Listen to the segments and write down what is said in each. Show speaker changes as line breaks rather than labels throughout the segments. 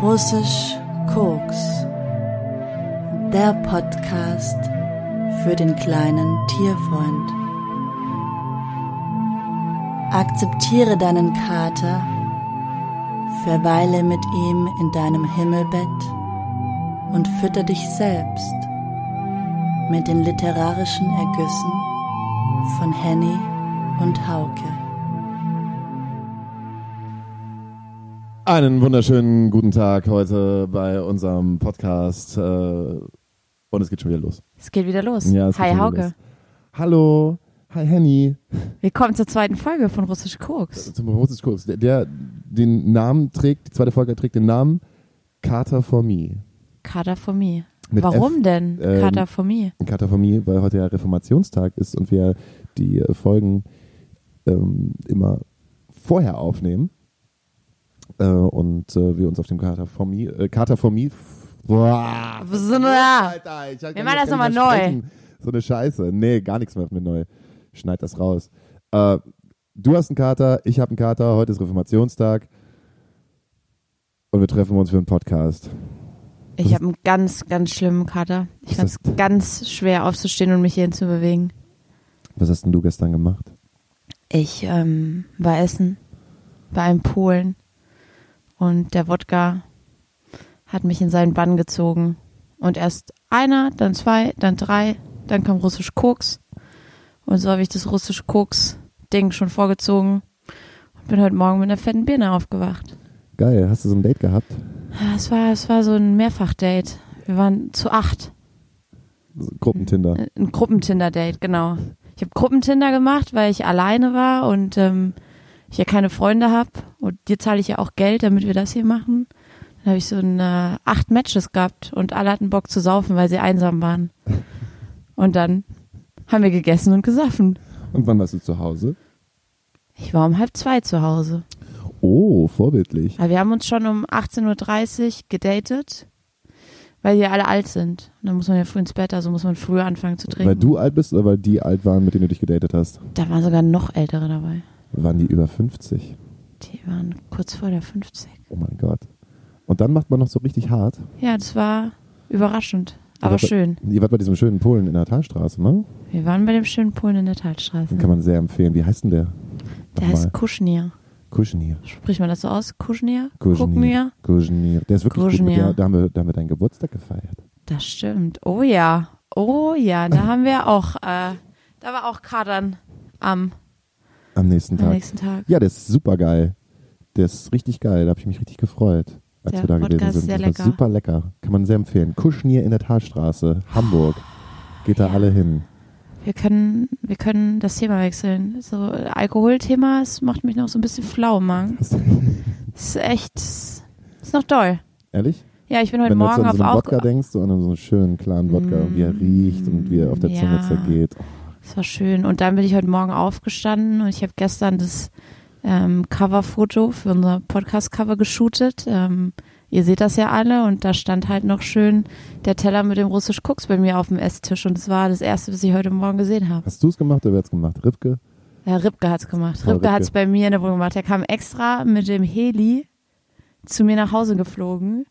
Russisch Koks. Der Podcast für den kleinen Tierfreund. Akzeptiere deinen Kater, verweile mit ihm in deinem Himmelbett und fütter dich selbst mit den literarischen Ergüssen von Henny und Hauke.
Einen wunderschönen guten Tag heute bei unserem Podcast. äh, Und es geht schon wieder los.
Es geht wieder los.
Ja, es geht
Hi
schon wieder
Hauke.
los. Hallo. Hi Henny.
Willkommen zur zweiten Folge von Russisch Koks.
Zum Russisch Kurs. Der, der den Namen trägt, die zweite Folge trägt den Namen Kater for Me.
Kater for me.
Mit
Warum denn
ähm,
Kater for me?
F, Kater for Me, weil heute ja Reformationstag ist und wir die äh, Folgen ähm, immer vorher aufnehmen. Äh, und äh, wir uns auf dem Kater for Me, äh, Kater for Me, boah, Alter, ich halt
Wir
gar
machen
nicht-
das
kann nicht
nochmal
mehr
neu.
sprechen. So eine Scheiße. Nee, gar nichts mehr mit neu. Schneid das raus. Äh, du hast einen Kater, ich habe einen Kater. Heute ist Reformationstag. Und wir treffen uns für einen Podcast.
Ich habe einen ganz, ganz schlimmen Kater. Ich
Was
fand es ganz schwer aufzustehen und mich hierhin zu bewegen.
Was hast denn du gestern gemacht?
Ich ähm, war essen bei einem Polen und der Wodka hat mich in seinen Bann gezogen. Und erst einer, dann zwei, dann drei, dann kam russisch Koks. Und so habe ich das russisch Koks-Ding schon vorgezogen und bin heute Morgen mit einer fetten Birne aufgewacht.
Geil, hast du so ein Date gehabt?
Ja, Es war, es war so ein Mehrfach-Date. Wir waren zu acht.
So ein Gruppentinder.
Ein Gruppentinder-Date, genau. Ich habe Gruppentinder gemacht, weil ich alleine war und ähm, ich ja keine Freunde habe. Und dir zahle ich ja auch Geld, damit wir das hier machen. Dann habe ich so ein, äh, acht Matches gehabt und alle hatten Bock zu saufen, weil sie einsam waren. Und dann haben wir gegessen und gesoffen.
Und wann warst du zu Hause?
Ich war um halb zwei zu Hause.
Oh, vorbildlich.
Aber wir haben uns schon um 18.30 Uhr gedatet, weil wir alle alt sind. Und dann muss man ja früh ins Bett, also muss man früh anfangen zu trinken.
Weil du alt bist oder weil die alt waren, mit denen du dich gedatet hast?
da waren sogar noch ältere dabei.
Waren die über 50?
Die waren kurz vor der 50.
Oh mein Gott. Und dann macht man noch so richtig hart.
Ja, das war überraschend, aber
Ihr wart bei-
schön.
Ihr wart bei diesem schönen Polen in der Talstraße, ne?
Wir waren bei dem schönen Polen in der
Den
Talstraße.
kann man sehr empfehlen. Wie heißt denn der?
Der
Nochmal.
heißt Kuschnir.
Kuschenir.
Spricht man das so aus? Kuschnir? Guck
Kuschenir.
mir.
Kuschenir. Der ist wirklich gut. Mit
Kuschenir.
dir. Da, haben wir, da haben wir deinen Geburtstag gefeiert.
Das stimmt. Oh ja. Oh ja, da haben wir auch, äh, da war auch Kadern am,
Am nächsten
am
Tag.
nächsten Tag.
Ja, der ist super geil. Der ist richtig geil. Da habe ich mich richtig gefreut, als
Der
wir da
Wodka
gewesen
ist
sind.
sehr
das war
lecker.
super lecker. Kann man sehr empfehlen. Kuschenir in der Talstraße, Hamburg. Geht da alle hin.
Wir können, wir können das Thema wechseln. So, Alkoholthema, es macht mich noch so ein bisschen flau, Mann.
Hast du-
Ist echt, ist noch doll.
Ehrlich?
Ja, ich bin heute
Wenn du jetzt
Morgen
an
auf
so einen
auch,
Wodka denkst, so an so einen schönen klaren Wodka, und wie er
Mm,
riecht und wie er auf der Zunge
ja.
zergeht.
Es war schön. Und dann bin ich heute Morgen aufgestanden und ich habe gestern das ähm, Coverfoto für unser Podcast-Cover geshootet. Ähm, ihr seht das ja alle und da stand halt noch schön der Teller mit dem russisch Koks bei mir auf dem Esstisch und das war das erste, was ich heute Morgen gesehen habe.
Hast du es gemacht oder wer hat's gemacht? Ripke?
Ja, Ripke hat's gemacht.
Ja,
Ripke,
Ripke.
hat's bei mir in der Wohnung gemacht. Er kam extra mit dem Heli zu mir nach Hause geflogen,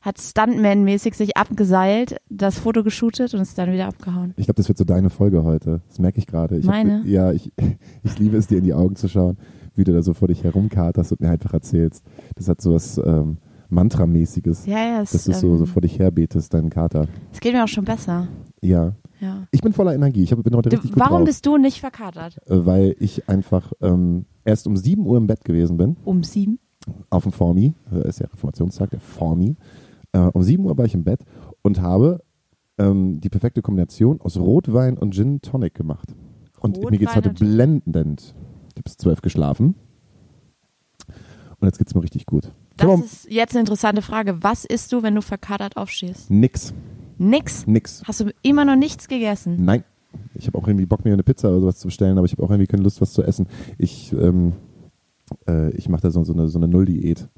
hat Stuntman-mäßig sich abgeseilt, das Foto geshootet und ist dann wieder abgehauen.
Ich glaube, das wird so deine Folge heute. Das merke ich gerade. Ich hab-
Meine?
ja, ich, ich liebe es, dir in die Augen zu schauen, wie du da so vor dich herumkaterst und mir einfach erzählst. Das hat so was ähm, Mantramäßiges,
Ja, ja, es,
dass du so, so
ähm,
vor dich herbetest, deinen Kater.
es geht mir auch schon besser.
Ja.
Ja.
Ich bin voller Energie. Ich hab, bin heute
Du,
richtig gut
warum
drauf,
bist du nicht verkatert?
äh, weil ich einfach ähm, erst um 7 Uhr im Bett gewesen bin.
Um sieben?
auf dem Formi, äh, ist ja Reformationstag, der Formi. Äh, um 7 Uhr war ich im Bett und habe ähm, die perfekte Kombination aus Rotwein und Gin Tonic gemacht. Und mir geht's
Rotwein
heute
und-
blendend. Ich habe bis 12 geschlafen. Und jetzt geht's mir richtig gut.
Das
Komm,
ist jetzt eine interessante Frage. Was isst du, wenn du verkatert aufstehst?
nix,
Nix.
nix.
Hast du immer noch nichts gegessen?
Nein. Ich habe auch irgendwie Bock, mir eine Pizza oder sowas zu bestellen, aber ich habe auch irgendwie keine Lust, was zu essen. Ich, ähm, äh, ich mache da so, so eine, so eine Null-Diät.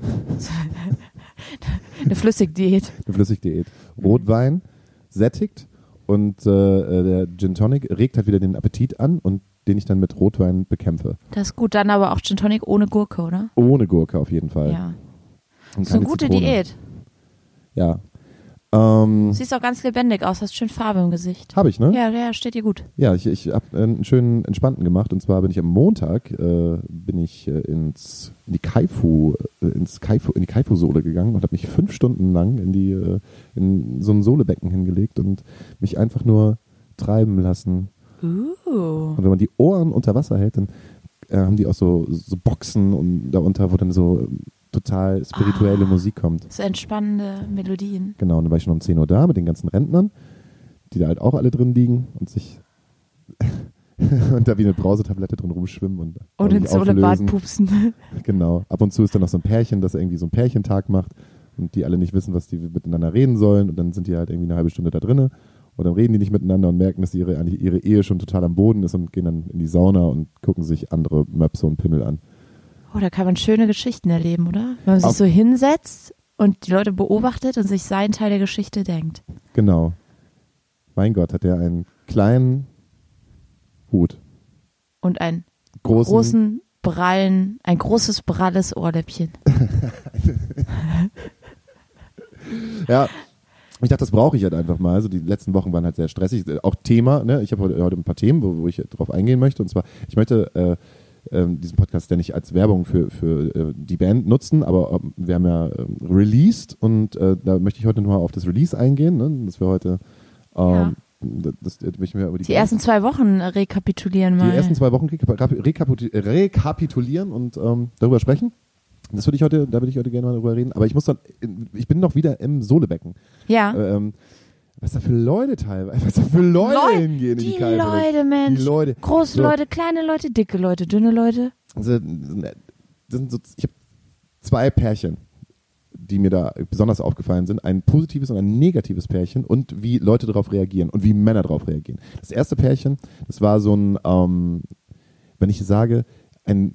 Eine Flüssigdiät.
Eine Flüssigdiät.
Mhm.
Rotwein sättigt und äh, äh, der Gin Tonic regt halt wieder den Appetit an und den ich dann mit Rotwein bekämpfe.
Das ist gut. Dann aber auch Gin Tonic ohne Gurke, oder?
Ohne Gurke auf jeden Fall.
Ja.
Und
So eine
keine
gute
Zitrone.
Diät.
Ja. Ähm,
Siehst auch ganz lebendig aus, hast schön Farbe im Gesicht.
habe ich, ne?
Ja, ja, steht dir gut.
Ja, ich, ich habe einen schönen entspannten gemacht und zwar bin ich am Montag äh, bin ich äh, ins in die Kaifu äh, ins Kaifu in die Kaifu Sohle gegangen und habe mich fünf Stunden lang in die äh, in so ein Sohlebecken hingelegt und mich einfach nur treiben lassen.
Uh.
Und wenn man die Ohren unter Wasser hält, dann äh, haben die auch so so Boxen und darunter wo dann so ähm, total spirituelle Musik kommt.
So entspannende Melodien.
Genau, und dann war ich schon um 10 Uhr da mit den ganzen Rentnern, die da halt auch alle drin liegen und sich und da wie eine Brausetablette drin rumschwimmen und
Und
ordentlich
ins Sohlebad
auflösen.
pupsen.
Genau. Ab und zu ist dann noch so ein Pärchen, das irgendwie so einen Pärchentag macht und die alle nicht wissen, was die miteinander reden sollen und dann sind die halt irgendwie eine halbe Stunde da drinne und dann reden die nicht miteinander und merken, dass ihre, eigentlich ihre Ehe schon total am Boden ist und gehen dann in die Sauna und gucken sich andere Möpse und Pimmel an.
Oh, da kann man schöne Geschichten erleben, oder? Wenn man sich
Auf-
so hinsetzt und die Leute beobachtet und sich seinen Teil der Geschichte denkt.
Genau. Mein Gott, hat der einen kleinen Hut.
Und ein
Großen,
großen Brallen, ein großes bralles Ohrläppchen.
Ja. Ich dachte, das brauche ich halt einfach mal. Also die letzten Wochen waren halt sehr stressig. Auch Thema, ne? ich habe heute, heute ein paar Themen, wo, wo ich drauf eingehen möchte. Und zwar, ich möchte äh, ähm, diesen Podcast ja nicht als Werbung für, für äh, die Band nutzen, aber ähm, wir haben ja ähm, released und äh, da möchte ich heute nochmal auf das Release eingehen, ne? dass wir heute ähm, das, das, da möchte ich mir über die,
Die ersten zwei Wochen rekapitulieren mal.
die ersten zwei Wochen rekap- rekapitu- rekapitulieren und ähm, darüber sprechen. Das würde ich heute, da würde ich heute gerne mal drüber reden. Aber ich muss dann, ich bin noch wieder im Solebecken.
ja.
Ähm, was da für Leute teilweise, was da für Leute
Leu-
hingehen in die,
die
Kneipe.
Leute, Mensch.
Die Leute.
Große
So,
Leute, kleine Leute, dicke Leute, dünne Leute.
Also, das sind so, ich habe zwei Pärchen, die mir da besonders aufgefallen sind. Ein positives und ein negatives Pärchen und wie Leute darauf reagieren und wie Männer darauf reagieren. Das erste Pärchen, das war so ein, ähm, wenn ich sage, ein,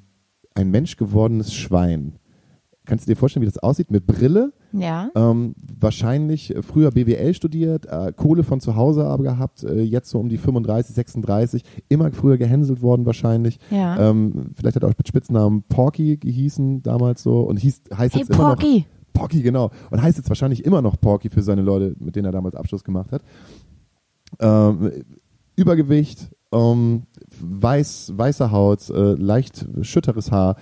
ein Mensch gewordenes Schwein. Kannst du dir vorstellen, wie das aussieht? Mit Brille,
Ja.
Ähm, wahrscheinlich äh, früher BWL studiert, äh, Kohle von zu Hause aber gehabt, äh, jetzt so um die 35, 36, immer früher gehänselt worden wahrscheinlich.
Ja.
Ähm, vielleicht hat er auch mit Spitznamen Porky gehießen damals so und hieß, heißt
hey,
jetzt immer noch
Porky.
Porky, genau. Und heißt jetzt wahrscheinlich immer noch Porky für seine Leute, mit denen er damals Abschluss gemacht hat. Ähm, Übergewicht, ähm, weiß, weiße Haut, äh, leicht schütteres Haar,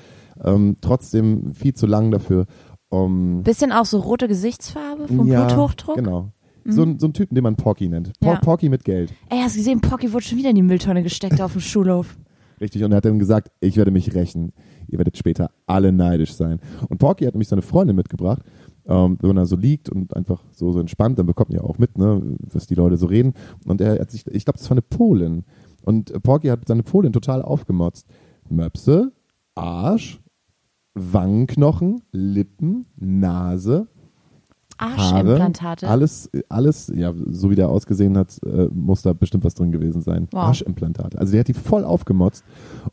ähm, trotzdem viel zu lang dafür. Ähm,
Bisschen auch so rote Gesichtsfarbe vom
ja,
Bluthochdruck. Mhm.
Genau. So, ein, so einen Typen, den man Porky nennt. Por
Ja.
Porky mit Geld.
Ey, hast du gesehen, Porky wurde schon wieder in die Mülltonne gesteckt auf dem Schulhof.
Richtig. Und er hat dann gesagt, ich werde mich rächen. Ihr werdet später alle neidisch sein. Und Porky hat nämlich seine Freundin mitgebracht. Ähm, wenn man da so liegt und einfach so, so entspannt, dann bekommt man ja auch mit, ne, was die Leute so reden. Und er hat sich, ich glaube, das war eine Polin. Und äh, Porky hat seine Polin total aufgemotzt. Möpse, Arsch, Wangenknochen, Lippen, Nase,
Arschimplantate.
Alles, alles, ja, so wie der ausgesehen hat, äh, muss da bestimmt was drin gewesen sein.
Wow.
Arschimplantate. Also die hat die voll aufgemotzt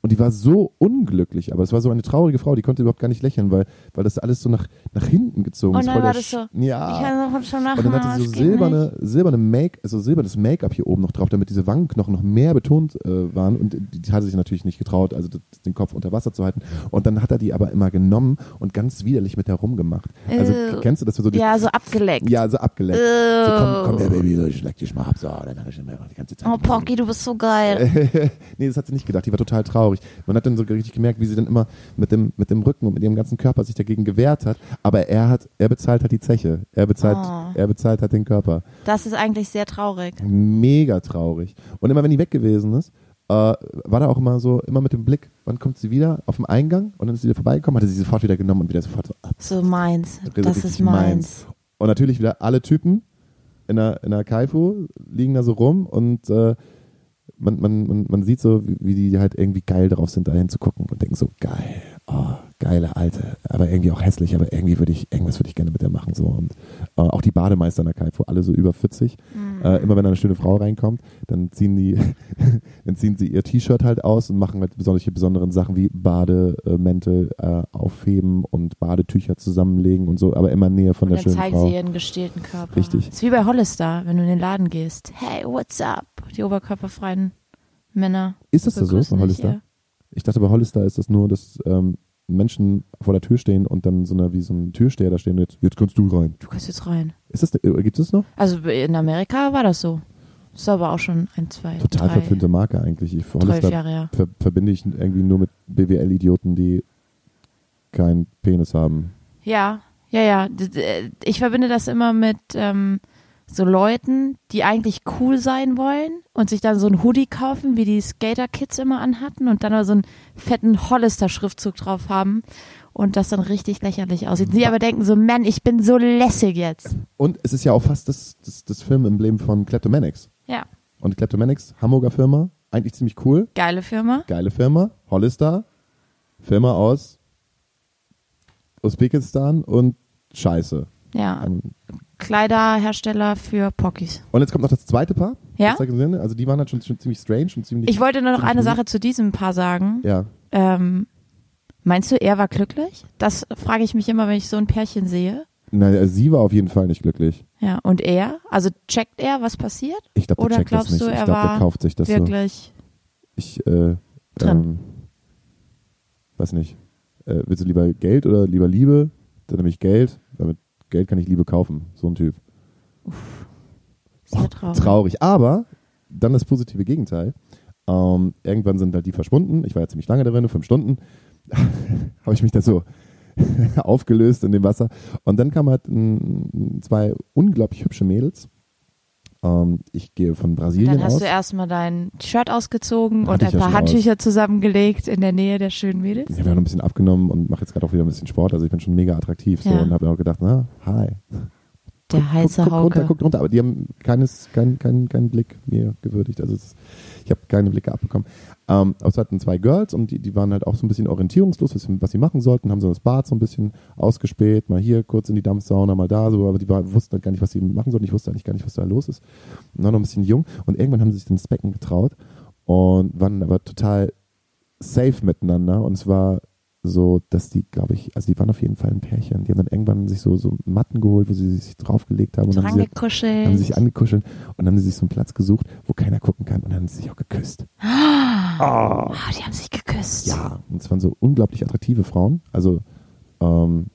und die war so unglücklich, aber es war so eine traurige Frau, die konnte überhaupt gar nicht lächeln, weil, weil das alles so nach, nach hinten gezogen
Und
ist.
dann
voll
Oh war
der
das so,
Sch- Ja.
Ich kann doch schon nachher.
und dann hat sie so silberne, silberne Make, also silbernes Make-up hier oben noch drauf, damit diese Wangenknochen noch mehr betont äh, waren. Und die, die hatte sich natürlich nicht getraut, also das, den Kopf unter Wasser zu halten. Und dann hat er die aber immer genommen und ganz widerlich mit herumgemacht. Also
Ew.
kennst du das für so die
Äh, Ja, so abgeleckt.
ja, so abgeleckt.
Ew.
So, komm, komm, der Baby, so, ich leck dich mal ab. So, dann hab ich immer die ganze Zeit.
Oh, Porky, du bist so geil.
Äh. nee, das hat sie nicht gedacht. Die war total traurig. Man hat dann so richtig gemerkt, wie sie dann immer mit dem, mit dem Rücken und mit ihrem ganzen Körper sich dagegen gewehrt hat. Aber er hat, er bezahlt halt die Zeche. Er bezahlt,
Oh.
er bezahlt halt den Körper.
Das ist eigentlich sehr traurig.
Mega traurig. Und immer wenn die weg gewesen ist, äh, war da auch immer so, immer mit dem Blick, wann kommt sie wieder auf dem Eingang? Und dann ist sie wieder vorbeigekommen, hatte sie sofort wieder genommen und wieder sofort so,
So meins.
Richtig
Das ist meins.
Und natürlich wieder alle Typen in der, in der Kaifu liegen da so rum und äh, man, man, man, man sieht so, wie, wie die halt irgendwie geil drauf sind, da hinzugucken und denken so, geil, oh, geile Alte, aber irgendwie auch hässlich, aber irgendwie würde ich, irgendwas würde ich gerne mit der machen. So. Und äh, auch die Bademeister in der Kaifu, alle so über 40.
Mhm.
Äh, immer wenn da eine schöne Frau reinkommt, dann ziehen die, dann ziehen sie ihr T-Shirt halt aus und machen halt solche besonderen Sachen wie Bademäntel äh, aufheben und Badetücher zusammenlegen und so, aber immer in Nähe von
Und
der
dann
schönen
zeigt
Frau.
sie ihren gestählten Körper.
Richtig.
Ist wie bei Hollister, wenn du in den Laden gehst. Hey, what's up? Die oberkörperfreien Männer.
Ist das da so
begrüßen
bei
dich
Hollister?
hier.
Ich dachte, bei Hollister ist das nur, dass ähm, Menschen vor der Tür stehen und dann so eine, wie so ein Türsteher da stehen und jetzt, jetzt kannst du rein.
Du kannst jetzt rein.
Ist das, äh, gibt es das noch?
Also in Amerika war das so. Das ist aber auch schon ein, zwei,
Total
drei,
verpönte Marke eigentlich. Ich
zwölf
Hollister
Jahre her.
ver verbinde ich irgendwie nur mit BWL-Idioten, die keinen Penis haben.
Ja, ja, ja. D- d- Ich verbinde das immer mit ähm, so Leuten, die eigentlich cool sein wollen und sich dann so ein Hoodie kaufen, wie die Skater-Kids immer anhatten und dann aber so einen fetten Hollister-Schriftzug drauf haben und das dann richtig lächerlich aussieht. Sie aber denken so, Mann, ich bin so lässig jetzt.
Und es ist ja auch fast das, das, das Filmemblem von Kleptomanics.
Ja,
Und Kleptomanics, Hamburger Firma, eigentlich ziemlich cool,
geile Firma.
geile Firma, Hollister, Firma aus Usbekistan und Scheiße.
Ja,
Ähm,
Kleiderhersteller für Pockys.
Und jetzt kommt noch das zweite Paar.
Ja?
Das zweite Gesinde. Also die waren halt schon, schon ziemlich strange und ziemlich.
Ich wollte nur noch eine
Mhm.
Sache zu diesem Paar sagen.
ja.
Ähm, meinst du, er war glücklich? Das frage ich mich immer, wenn ich so ein Pärchen sehe.
Nein, also sie war auf jeden Fall nicht glücklich.
Ja, und er? Also checkt er, was passiert?
Ich glaube,
Oder
der checkt das
glaubst
nicht.
du,
ich
er
glaube, der
war
kauft sich das so.
Wirklich?
Ich, äh, ähm,
Drin.
weiß nicht. Äh, willst du lieber Geld oder lieber Liebe? Dann nehme ich Geld, weil mit Geld kann ich Liebe kaufen. So ein Typ.
Sehr
Oh,
traurig.
Traurig. Aber dann das positive Gegenteil. Ähm, irgendwann sind halt die verschwunden. Ich war ja ziemlich lange darin, fünf Stunden. Habe ich mich da so aufgelöst in dem Wasser. Und dann kamen halt mm, zwei unglaublich hübsche Mädels. Ähm, ich gehe von Brasilien
Dann hast
aus.
du erstmal dein Shirt ausgezogen
Hatte
und
ich
ein
ja
paar
schon
Handtücher zusammengelegt in der Nähe der schönen Mädels.
ich habe ja noch ein bisschen abgenommen und mache jetzt gerade auch wieder ein bisschen Sport. Also ich bin schon mega attraktiv. So,
Ja.
Und habe auch gedacht, na, hi.
Der heiße
guck, guck runter,
Hauke.
guck runter. Aber die haben keines, kein, kein, keinen Blick mir gewürdigt. Also es, ich habe keine Blicke abbekommen. Ähm, aber es hatten zwei Girls und die, die waren halt auch so ein bisschen orientierungslos, was, was sie machen sollten, haben so das Bad so ein bisschen ausgespäht, mal hier kurz in die Dampfsauna, mal da, so, aber die war, wussten halt gar nicht, was sie machen sollten. Ich wusste eigentlich gar nicht, was da los ist. Und dann noch ein bisschen jung. Und irgendwann haben sie sich ins Becken getraut und waren aber total safe miteinander. Und es war so, dass die, glaube ich, also die waren auf jeden Fall ein Pärchen. Die haben dann irgendwann sich so, so Matten geholt, wo sie sich draufgelegt haben. Und dann haben sie haben sich
Drangekuschelt.
angekuschelt und haben sie sich so einen Platz gesucht, wo keiner gucken kann und dann haben sie sich auch geküsst.
Oh, die haben sich geküsst.
Ja, und es waren so unglaublich attraktive Frauen, also ähm,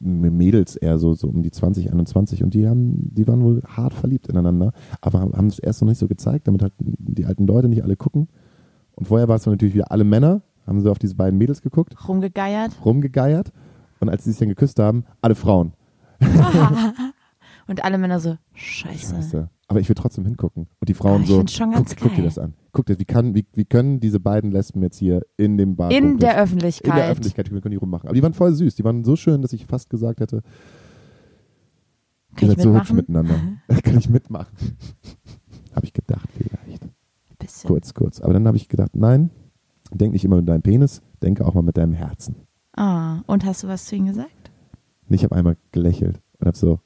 M- Mädels eher so, so um die 20, 21 und die haben, die waren wohl hart verliebt ineinander, aber haben- haben es erst noch nicht so gezeigt, damit halt die alten Leute nicht alle gucken. Und vorher waren es dann natürlich wieder alle Männer, haben sie auf diese beiden Mädels geguckt,
Rumgegeiert.
rumgegeiert und als sie sich dann geküsst haben, alle Frauen.
Und alle Männer so, scheiße.
Scheiße. Aber ich will trotzdem hingucken. Und die Frauen
Ah, ich
so,
find's schon ganz
guck, guck dir
geil.
das an. Guck dir, wie, kann, wie, wie können diese beiden Lesben jetzt hier Ah, in dem Bar
In
gucken?
der
in
Öffentlichkeit.
der Öffentlichkeit, wir können die rummachen. Aber die waren voll süß. Die waren so schön, dass ich fast gesagt hätte,
Kann
ihr
ich
seid so hübsch
mitmachen?
miteinander. kann ich mitmachen. habe ich gedacht, vielleicht.
Bisschen.
Kurz, kurz. Aber dann habe ich gedacht, nein, denk nicht immer mit deinem Penis, denke auch mal mit deinem Herzen.
Ah, und hast du was zu ihm gesagt?
Und ich habe einmal gelächelt und habe so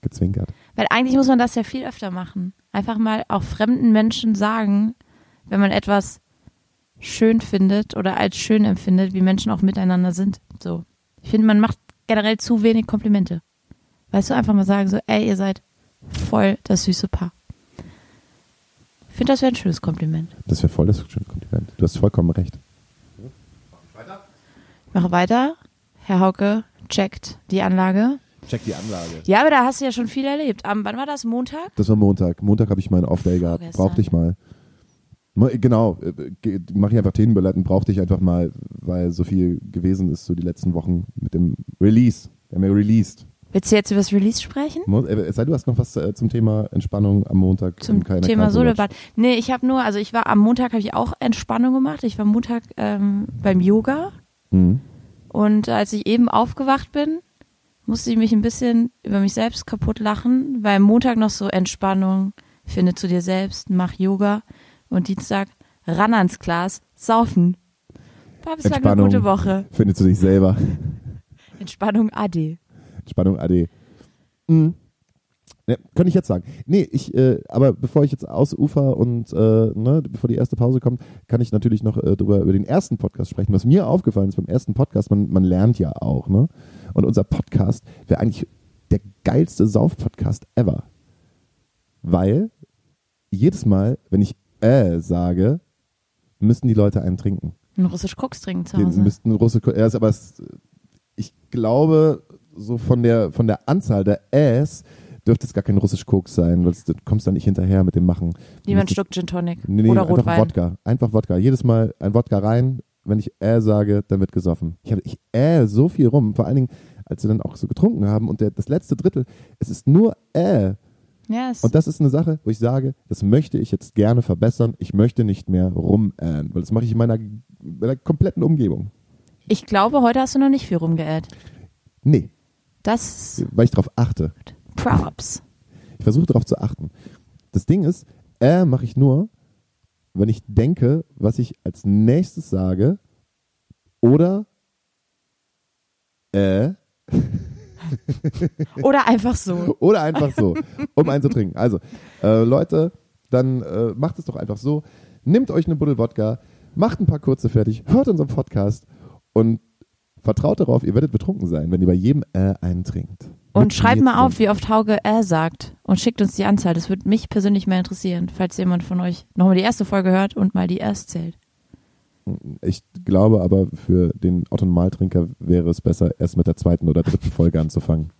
gezwinkert.
Weil eigentlich muss man das ja viel öfter machen. Einfach mal auch fremden Menschen sagen, wenn man etwas schön findet oder als schön empfindet, wie Menschen auch miteinander sind. So. Ich finde, man macht generell zu wenig Komplimente. Weißt du, einfach mal sagen so, ey, ihr seid voll das süße Paar. Ich finde, das wäre ein schönes Kompliment.
Das wäre voll das schöne Kompliment. Du hast vollkommen recht.
Ich mache weiter. Herr Hauke checkt die Anlage.
Check die Anlage.
Ja, aber da hast du ja schon viel erlebt. Am, wann war das? Montag?
Das war Montag. Montag habe ich meinen Off-Day gehabt.
Vorgestern.
Brauchte ich mal. Mo- Genau, mache ich einfach Themenbeleiten, brauchte ich einfach mal, weil so viel gewesen ist, so die letzten Wochen mit dem Release. Wir haben ja released.
Willst du jetzt über das Release sprechen?
Mo- äh, Es sei denn, du hast noch was äh, zum Thema Entspannung am Montag.
Zum
im Kölner
Thema
Karlsruhe.
Solobad. Nee, ich habe nur, also ich war am Montag, habe ich auch Entspannung gemacht. Ich war Montag ähm, beim Yoga
Mhm.
und als ich eben aufgewacht bin, musste ich mich ein bisschen über mich selbst kaputt lachen, weil Montag noch so Entspannung, finde zu dir selbst, mach Yoga und Dienstag ran ans Glas, saufen. War bislang eine
Entspannung.
gute Woche.
Findest du dich selber.
Entspannung AD.
Entspannung AD. Mhm. Ja, könnte ich jetzt sagen. Nee, ich, äh, aber bevor ich jetzt ausufer und äh, ne, bevor die erste Pause kommt, kann ich natürlich noch äh, drüber über den ersten Podcast sprechen. Was mir aufgefallen ist beim ersten Podcast, man, man lernt ja auch, ne? Und unser Podcast wäre eigentlich der geilste Sauf-Podcast ever. Weil jedes Mal, wenn ich äh sage, müssen die Leute einen trinken.
einen russisch Koks trinken zu
Wir
Hause.
müssten Russe. Er ist aber. s- Ich glaube, so von der, von der Anzahl der Äs dürfte es gar kein russisch Koks sein, weil es- du kommst da nicht hinterher mit dem Machen.
Lieber ein
Müsste-
Stück Gin Tonic
Nee, nee,
oder
einfach
Rotwein.
Wodka. Einfach Wodka. Jedes Mal ein Wodka rein. Wenn ich äh sage, dann wird gesoffen. Ich, hab, ich äh so viel rum. Vor allen Dingen, als wir dann auch so getrunken haben und der, das letzte Drittel, es ist nur äh.
Ja, es,
Und das ist eine Sache, wo ich sage, das möchte ich jetzt gerne verbessern. Ich möchte nicht mehr rumähen, weil das mache ich in meiner, meiner kompletten Umgebung.
ich glaube, heute hast du noch nicht viel rumgeäht.
Nee,
Das ist
weil ich darauf achte.
Props.
Ich versuche darauf zu achten. Das Ding ist, äh mache ich nur, wenn ich denke, was ich als nächstes sage oder äh
Oder einfach so.
Oder einfach so, um einen zu trinken. Also, äh, Leute, dann äh, macht es doch einfach so. Nehmt euch eine Buddel Wodka, macht ein paar kurze fertig, hört unseren Podcast und vertraut darauf, ihr werdet betrunken sein, wenn ihr bei jedem äh, einen trinkt.
Und
Mit
schreibt
mir
mal auf,
zusammen.
wie oft Hauge äh sagt und schickt uns die Anzahl. Das würde mich persönlich mal interessieren, falls jemand von euch nochmal die erste Folge hört und mal die erst zählt.
Ich glaube aber, für den Otto-Maltrinker wäre es besser, erst mit der zweiten oder dritten Folge anzufangen.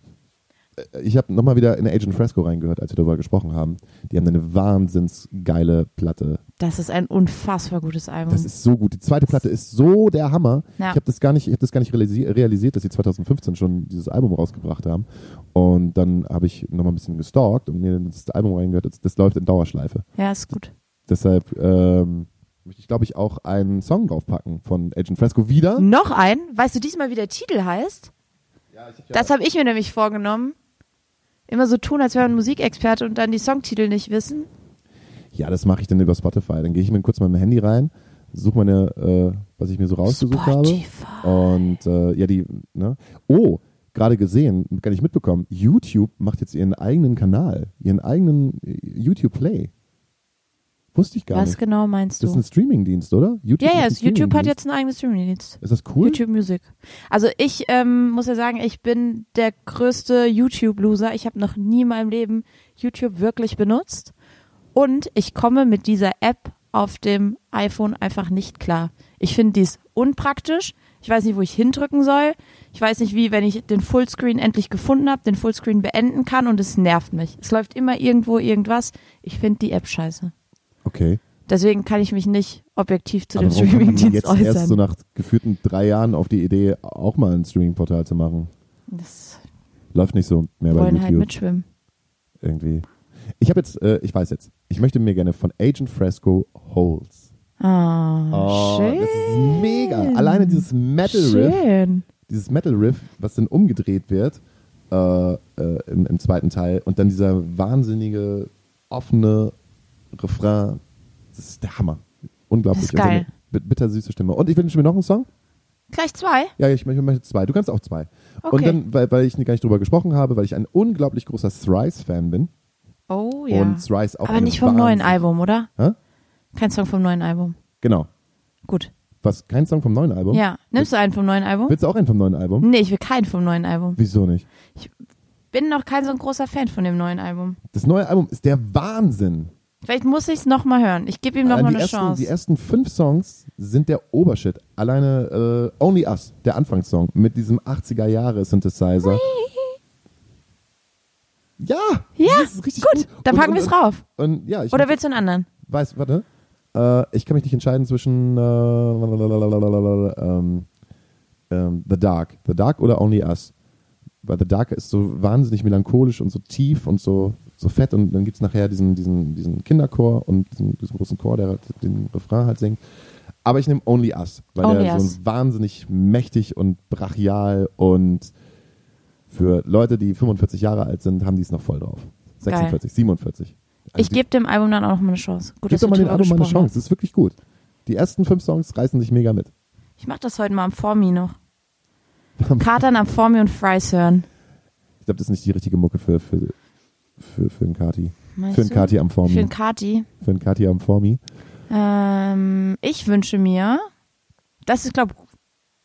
Äh, Ich habe nochmal wieder in Agent Fresco reingehört, als wir darüber gesprochen haben. Die haben eine wahnsinns geile Platte
Das ist ein unfassbar gutes Album.
Das ist so gut. Die zweite Platte ist so der Hammer.
Mhm. Ja.
Ich habe das gar nicht, ich habe das gar nicht realisi realisiert, dass sie 2015 schon dieses Album rausgebracht haben. Und dann habe ich nochmal ein bisschen gestalkt und mir das Album reingehört. Das, das läuft in Dauerschleife.
ja, ist gut.
Deshalb ähm, möchte ich, glaube ich, auch einen Song draufpacken von Agent Fresco wieder.
Noch ein. Weißt du diesmal, wie der Titel heißt? Das habe ich mir nämlich vorgenommen. Immer so tun, als wäre man Musikexperte und dann die Songtitel nicht wissen.
Ja, das mache ich dann über Spotify. Dann gehe ich mir kurz mal mein Handy rein, suche meine, äh, was ich mir so rausgesucht
Spotify.
habe. Und äh, ja, die, ne? Oh, gerade gesehen, gar nicht mitbekommen, YouTube macht jetzt ihren eigenen Kanal, ihren eigenen äh, YouTube Play. Wusste ich gar
Was
nicht.
genau meinst
Das ist ein
du?
Streamingdienst, oder? YouTube
Ja, ja,
ist ein
es- YouTube hat
Streamingdienst.
jetzt einen eigenen Streamingdienst.
Ist das cool?
YouTube Music. Also ich ähm, muss ja sagen, ich bin der größte YouTube-Loser. Ich habe noch nie in meinem Leben YouTube wirklich benutzt. Und ich komme mit dieser App auf dem iPhone einfach nicht klar. Ich finde dies unpraktisch. Ich weiß nicht, wo ich hindrücken soll. Ich weiß nicht, wie, wenn ich den Fullscreen endlich gefunden habe, den Fullscreen beenden kann und es nervt mich. Es läuft immer irgendwo irgendwas. Ich finde die App scheiße.
Okay.
Deswegen kann ich mich nicht objektiv zu
Aber
dem
Also warum kommt man
Streamingdienst
jetzt erst
äußern.
so nach geführten drei Jahren auf die Idee, auch mal ein Streamingportal zu machen.
das
Läuft nicht so mehr bei
wollen
YouTube.
halt mitschwimmen.
irgendwie. Ich habe jetzt, äh, ich weiß jetzt, ich möchte mir gerne von Agent Fresco Holes.
Ah, schön.
Oh, das ist mega. Alleine dieses Metal Riff,
schön.
dieses Metal Riff, was dann umgedreht wird äh, äh, im, im zweiten Teil und dann dieser wahnsinnige offene Refrain. Das ist der Hammer. Unglaublich.
Das ist geil.
Und so eine bit- Bittersüße Stimme. Und ich wünsche mir noch einen Song.
Gleich zwei?
Ja, ich möchte- ich möchte zwei. Du kannst auch zwei.
Okay.
Und dann, weil, weil ich gar nicht drüber gesprochen habe, weil ich ein unglaublich großer Thrice-Fan bin.
Oh ja.
Und Thrice auch
Aber
eine
nicht vom neuen
Wahnsinn-
Album, oder?
Hä?
Kein Song vom neuen Album.
Genau.
Gut.
Was? Kein Song vom neuen Album?
Ja. Hm. Nimmst du einen vom neuen Album?
Willst du auch einen vom neuen Album?
Nee, ich will keinen vom neuen Album.
Wieso nicht?
Bin noch kein so ein großer Fan von dem neuen Album.
Das neue Album ist der Wahnsinn.
Vielleicht muss ich es nochmal hören. Ich gebe ihm
Allein
nochmal
Äh, die,
eine
ersten, die
Chance.
ersten fünf Songs sind der Obershit. Alleine äh, Only Us, der Anfangssong mit diesem 80er Jahre Synthesizer. Ja,
Ja,
das ist richtig
gut. Dann
Und-
packen
und-
wir es rauf.
Und ja, ich
Oder willst du einen anderen?
weiß, warte. Äh, ich kann mich nicht entscheiden zwischen äh, lalalala, ähm, ähm, The Dark. The Dark oder Only Us. Weil The Dark ist so wahnsinnig melancholisch und so tief und so, so fett. Und dann gibt es nachher diesen, diesen, diesen Kinderchor und diesen, diesen großen Chor, der den Refrain halt singt. Aber ich nehme Only Us, weil
Only
der
Us.
so wahnsinnig mächtig und brachial und für Leute, die 45 Jahre alt sind, haben die es noch voll drauf.
Geil.
46, 47. Also
Ich
die-
gebe dem Album dann auch nochmal eine Chance. Gut,
Gib
dass
doch
wir
mal den
drüber
Album mal eine
gesprochen haben.
Chance. Das ist wirklich gut. Die ersten fünf Songs reißen dich mega mit.
Ich mach das heute mal am Formi noch. Katern am Formi und Fries hören.
Ich glaube, das ist nicht die richtige Mucke für, für, für, für einen Kati.
Meinst
Für einen
du?
Kati am
Für
Formi.
den Kati.
Für einen Kati am Formi.
Ähm, ich wünsche mir, das ist, glaube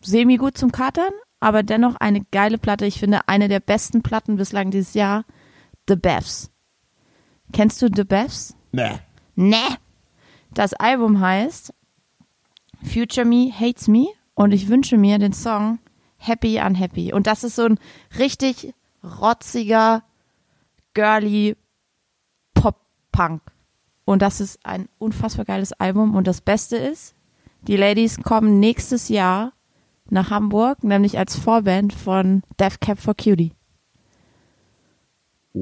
semi gut zum Katern, aber dennoch eine geile Platte. Ich finde, eine der besten Platten bislang dieses Jahr, The Bevs. Kennst du The Bevs?
Nee.
Nee. Das Album heißt Future Me Hates Me und ich wünsche mir den Song Happy Unhappy. Und das ist so ein richtig rotziger, girly Pop-Punk. Und das ist ein unfassbar geiles Album. Und das Beste ist, die Ladies kommen nächstes Jahr nach Hamburg, nämlich als Vorband von Death Cab for Cutie.
Oh.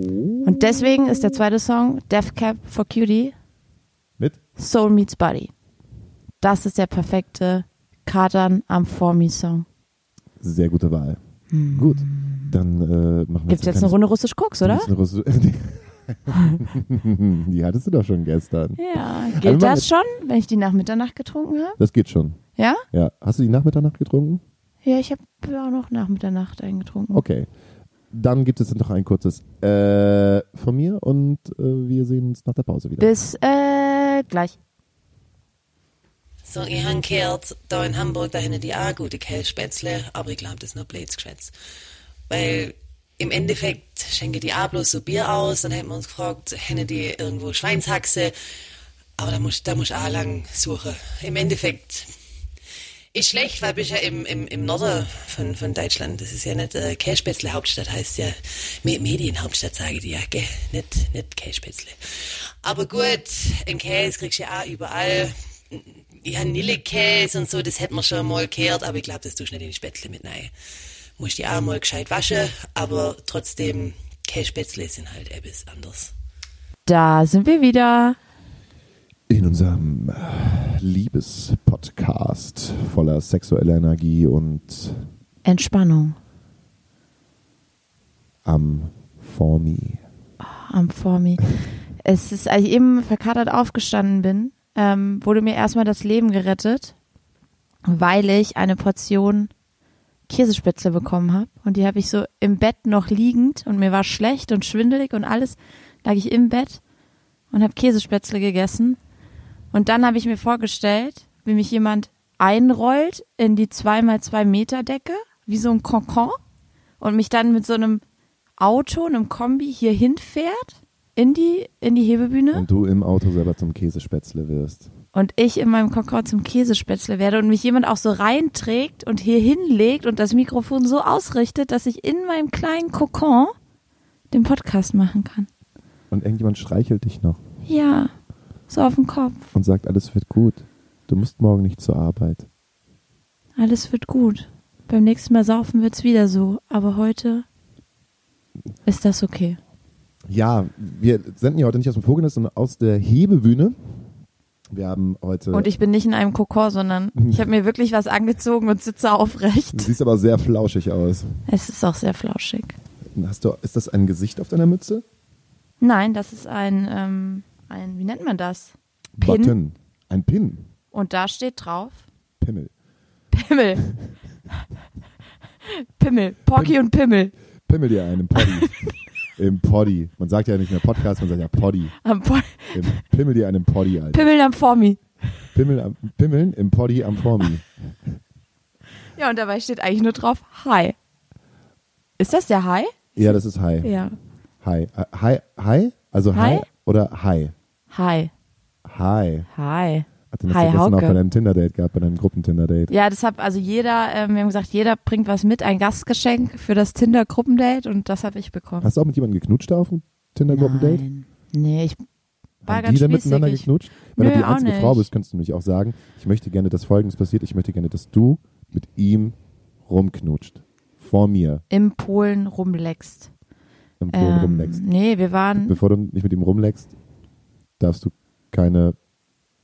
Und deswegen ist der zweite Song Death Cab for Cutie
Mit?
Soul Meets Body. Das ist der perfekte Katern am For Me Song.
Sehr gute Wahl. Gut, dann äh, machen wir
Hm. Gibt's jetzt eine Runde russisch Koks, oder?
eine Runde, Die hattest du doch schon gestern.
Ja,
Also wir machen
gilt das schon, wenn ich die nach Mitternacht getrunken habe?
Das geht schon.
Ja?
Ja. Hast du die nach Mitternacht getrunken?
Ja, ich habe auch noch nach Mitternacht eingetrunken.
Okay. Dann gibt es noch ein kurzes äh, von mir und äh, wir sehen uns nach der Pause wieder.
Bis äh, gleich.
So, ihr habt gehört, da in Hamburg, da hätten die auch gute Käsespätzle, aber ich glaube, das ist nur blödes Geschwätz. Weil im Endeffekt schenken die auch bloß so Bier aus, dann hätten wir uns gefragt, hätten die irgendwo Schweinshaxe, aber da muss da muss auch lang suchen. Im Endeffekt ist schlecht, weil bist ja im, im, im Norden von, von Deutschland. Das ist ja nicht äh, Käsespätzle Hauptstadt, heißt ja Me- Medienhauptstadt, sage ich dir. Gell? Nicht, nicht Käsespätzle. Aber gut, ein Käse kriegst du ja auch überall. Ja, Nillekäse und so, das hätten wir schon mal gehört, aber ich glaube, das tust du nicht in die Spätzle mit rein. Musst die auch mal gescheit waschen, aber mhm. trotzdem, Käsespätzle sind halt etwas anders.
Da sind wir wieder.
In unserem äh, Liebespodcast voller sexueller Energie und
Entspannung
am For Me.
am For Me. Es ist, als ich eben verkatert aufgestanden bin, ähm, wurde mir erstmal das Leben gerettet, weil ich eine Portion Käsespätzle bekommen habe. Und die habe ich so im Bett noch liegend und mir war schlecht und schwindelig und alles. Lag ich im Bett und habe Käsespätzle gegessen. Und dann habe ich mir vorgestellt, wie mich jemand einrollt in die 2x2 Meter Decke, wie so ein Konkon, und mich dann mit so einem Auto, einem Kombi hier hinfährt, in die, in die Hebebühne.
Und du im Auto selber zum Käsespätzle wirst.
Und ich in meinem Konkon zum Käsespätzle werde und mich jemand auch so reinträgt und hier hinlegt und das Mikrofon so ausrichtet, dass ich in meinem kleinen Kokon den Podcast machen kann.
Und irgendjemand streichelt dich noch
Ja, so auf dem Kopf.
und sagt, alles wird gut. Du musst morgen nicht zur Arbeit.
Alles wird gut. Beim nächsten Mal saufen wird's wieder so, aber heute ist das okay.
Ja, wir senden ja heute nicht aus dem Vogelnest, sondern aus der Hebebühne. Wir haben heute.
Und ich bin nicht in einem Kokon, sondern ich habe mir wirklich was angezogen und sitze
du
aufrecht.
siehst aber sehr flauschig aus.
Es ist auch sehr flauschig.
Hast du, ist das ein Gesicht auf deiner Mütze?
Nein, das ist ein, ähm, ein wie nennt man das? Pin.
Button. Ein Pin.
Und da steht drauf
Pimmel.
Pimmel. Pimmel. Porky und Pimmel.
Pimmel dir einen im Poddy. Im Poddy. Man sagt ja nicht mehr Podcast, man sagt ja Poddy.
Am Por
Im Pimmel dir einen im Poddy, Alter.
Pimmel am Formi.
Pimmel am, Pimmeln im Poddy am Formi.
Ja, und dabei steht eigentlich nur drauf Hi. Ist das der Hi?
Ja, das ist Hi.
Ja.
Hi. Äh, Hi. Hi? Also Hi,
Hi?
oder Hi?
Hi.
Hi.
Hi.
Hat denn das
Hi,
ja gestern auch
Hauke.
bei deinem Tinder-Date gehabt, bei deinem Gruppentinder-Date?
Ja, deshalb, also jeder, ähm, wir haben gesagt, jeder bringt was mit, ein Gastgeschenk für das Tinder-Gruppendate und das habe ich bekommen.
Hast du auch mit jemandem geknutscht da auf dem Tinder-Gruppendate?
Nee, ich war
Haben
ganz
die dann
spießig.
miteinander
Ich-
geknutscht? Wenn
Nö,
du die
auch
einzige
nicht.
Frau bist, könntest du nämlich auch sagen, ich möchte gerne, dass Folgendes passiert. Ich möchte gerne, dass du mit ihm rumknutscht. Vor mir
Im Polen rumleckst.
im Pool
Ähm,
rumleckst.
nee, wir waren,
Bevor du nicht mit ihm rumleckst, darfst du keine...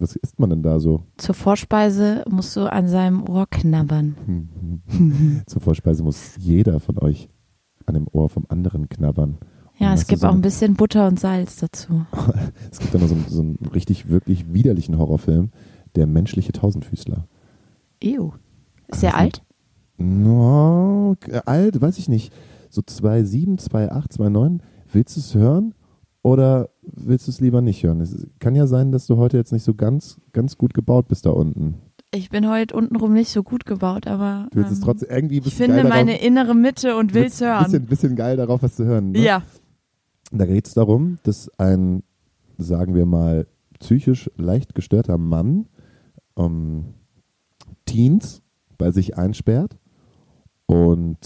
Was isst man denn da so?
zur Vorspeise musst du an seinem Ohr knabbern.
Zur Vorspeise muss jeder von euch an dem Ohr vom anderen knabbern.
Ja,
Und das
es
ist
gibt
so
auch ein
eine-
bisschen Butter und Salz dazu.
Es gibt da noch so, einen- so einen richtig, wirklich widerlichen Horrorfilm, der menschliche Tausendfüßler.
Ew. Ist der
ne?
alt?
No, k- alt, weiß ich nicht. So 2,7, 2,8, 2,9. Willst du es hören oder willst du es lieber nicht hören? Es ist- kann ja sein, dass du heute jetzt nicht so ganz, ganz gut gebaut bist da unten.
Ich bin heute untenrum nicht so gut gebaut, aber
Du willst es
ähm,
trotzdem irgendwie
ich
bist du
finde
geil
meine
darauf,
innere Mitte und will's
bist-
hören.
Bisschen, bisschen geil darauf, was zu hören. Ne?
ja.
Da geht es darum, dass ein, sagen wir mal, psychisch leicht gestörter Mann ähm, Teens bei sich einsperrt und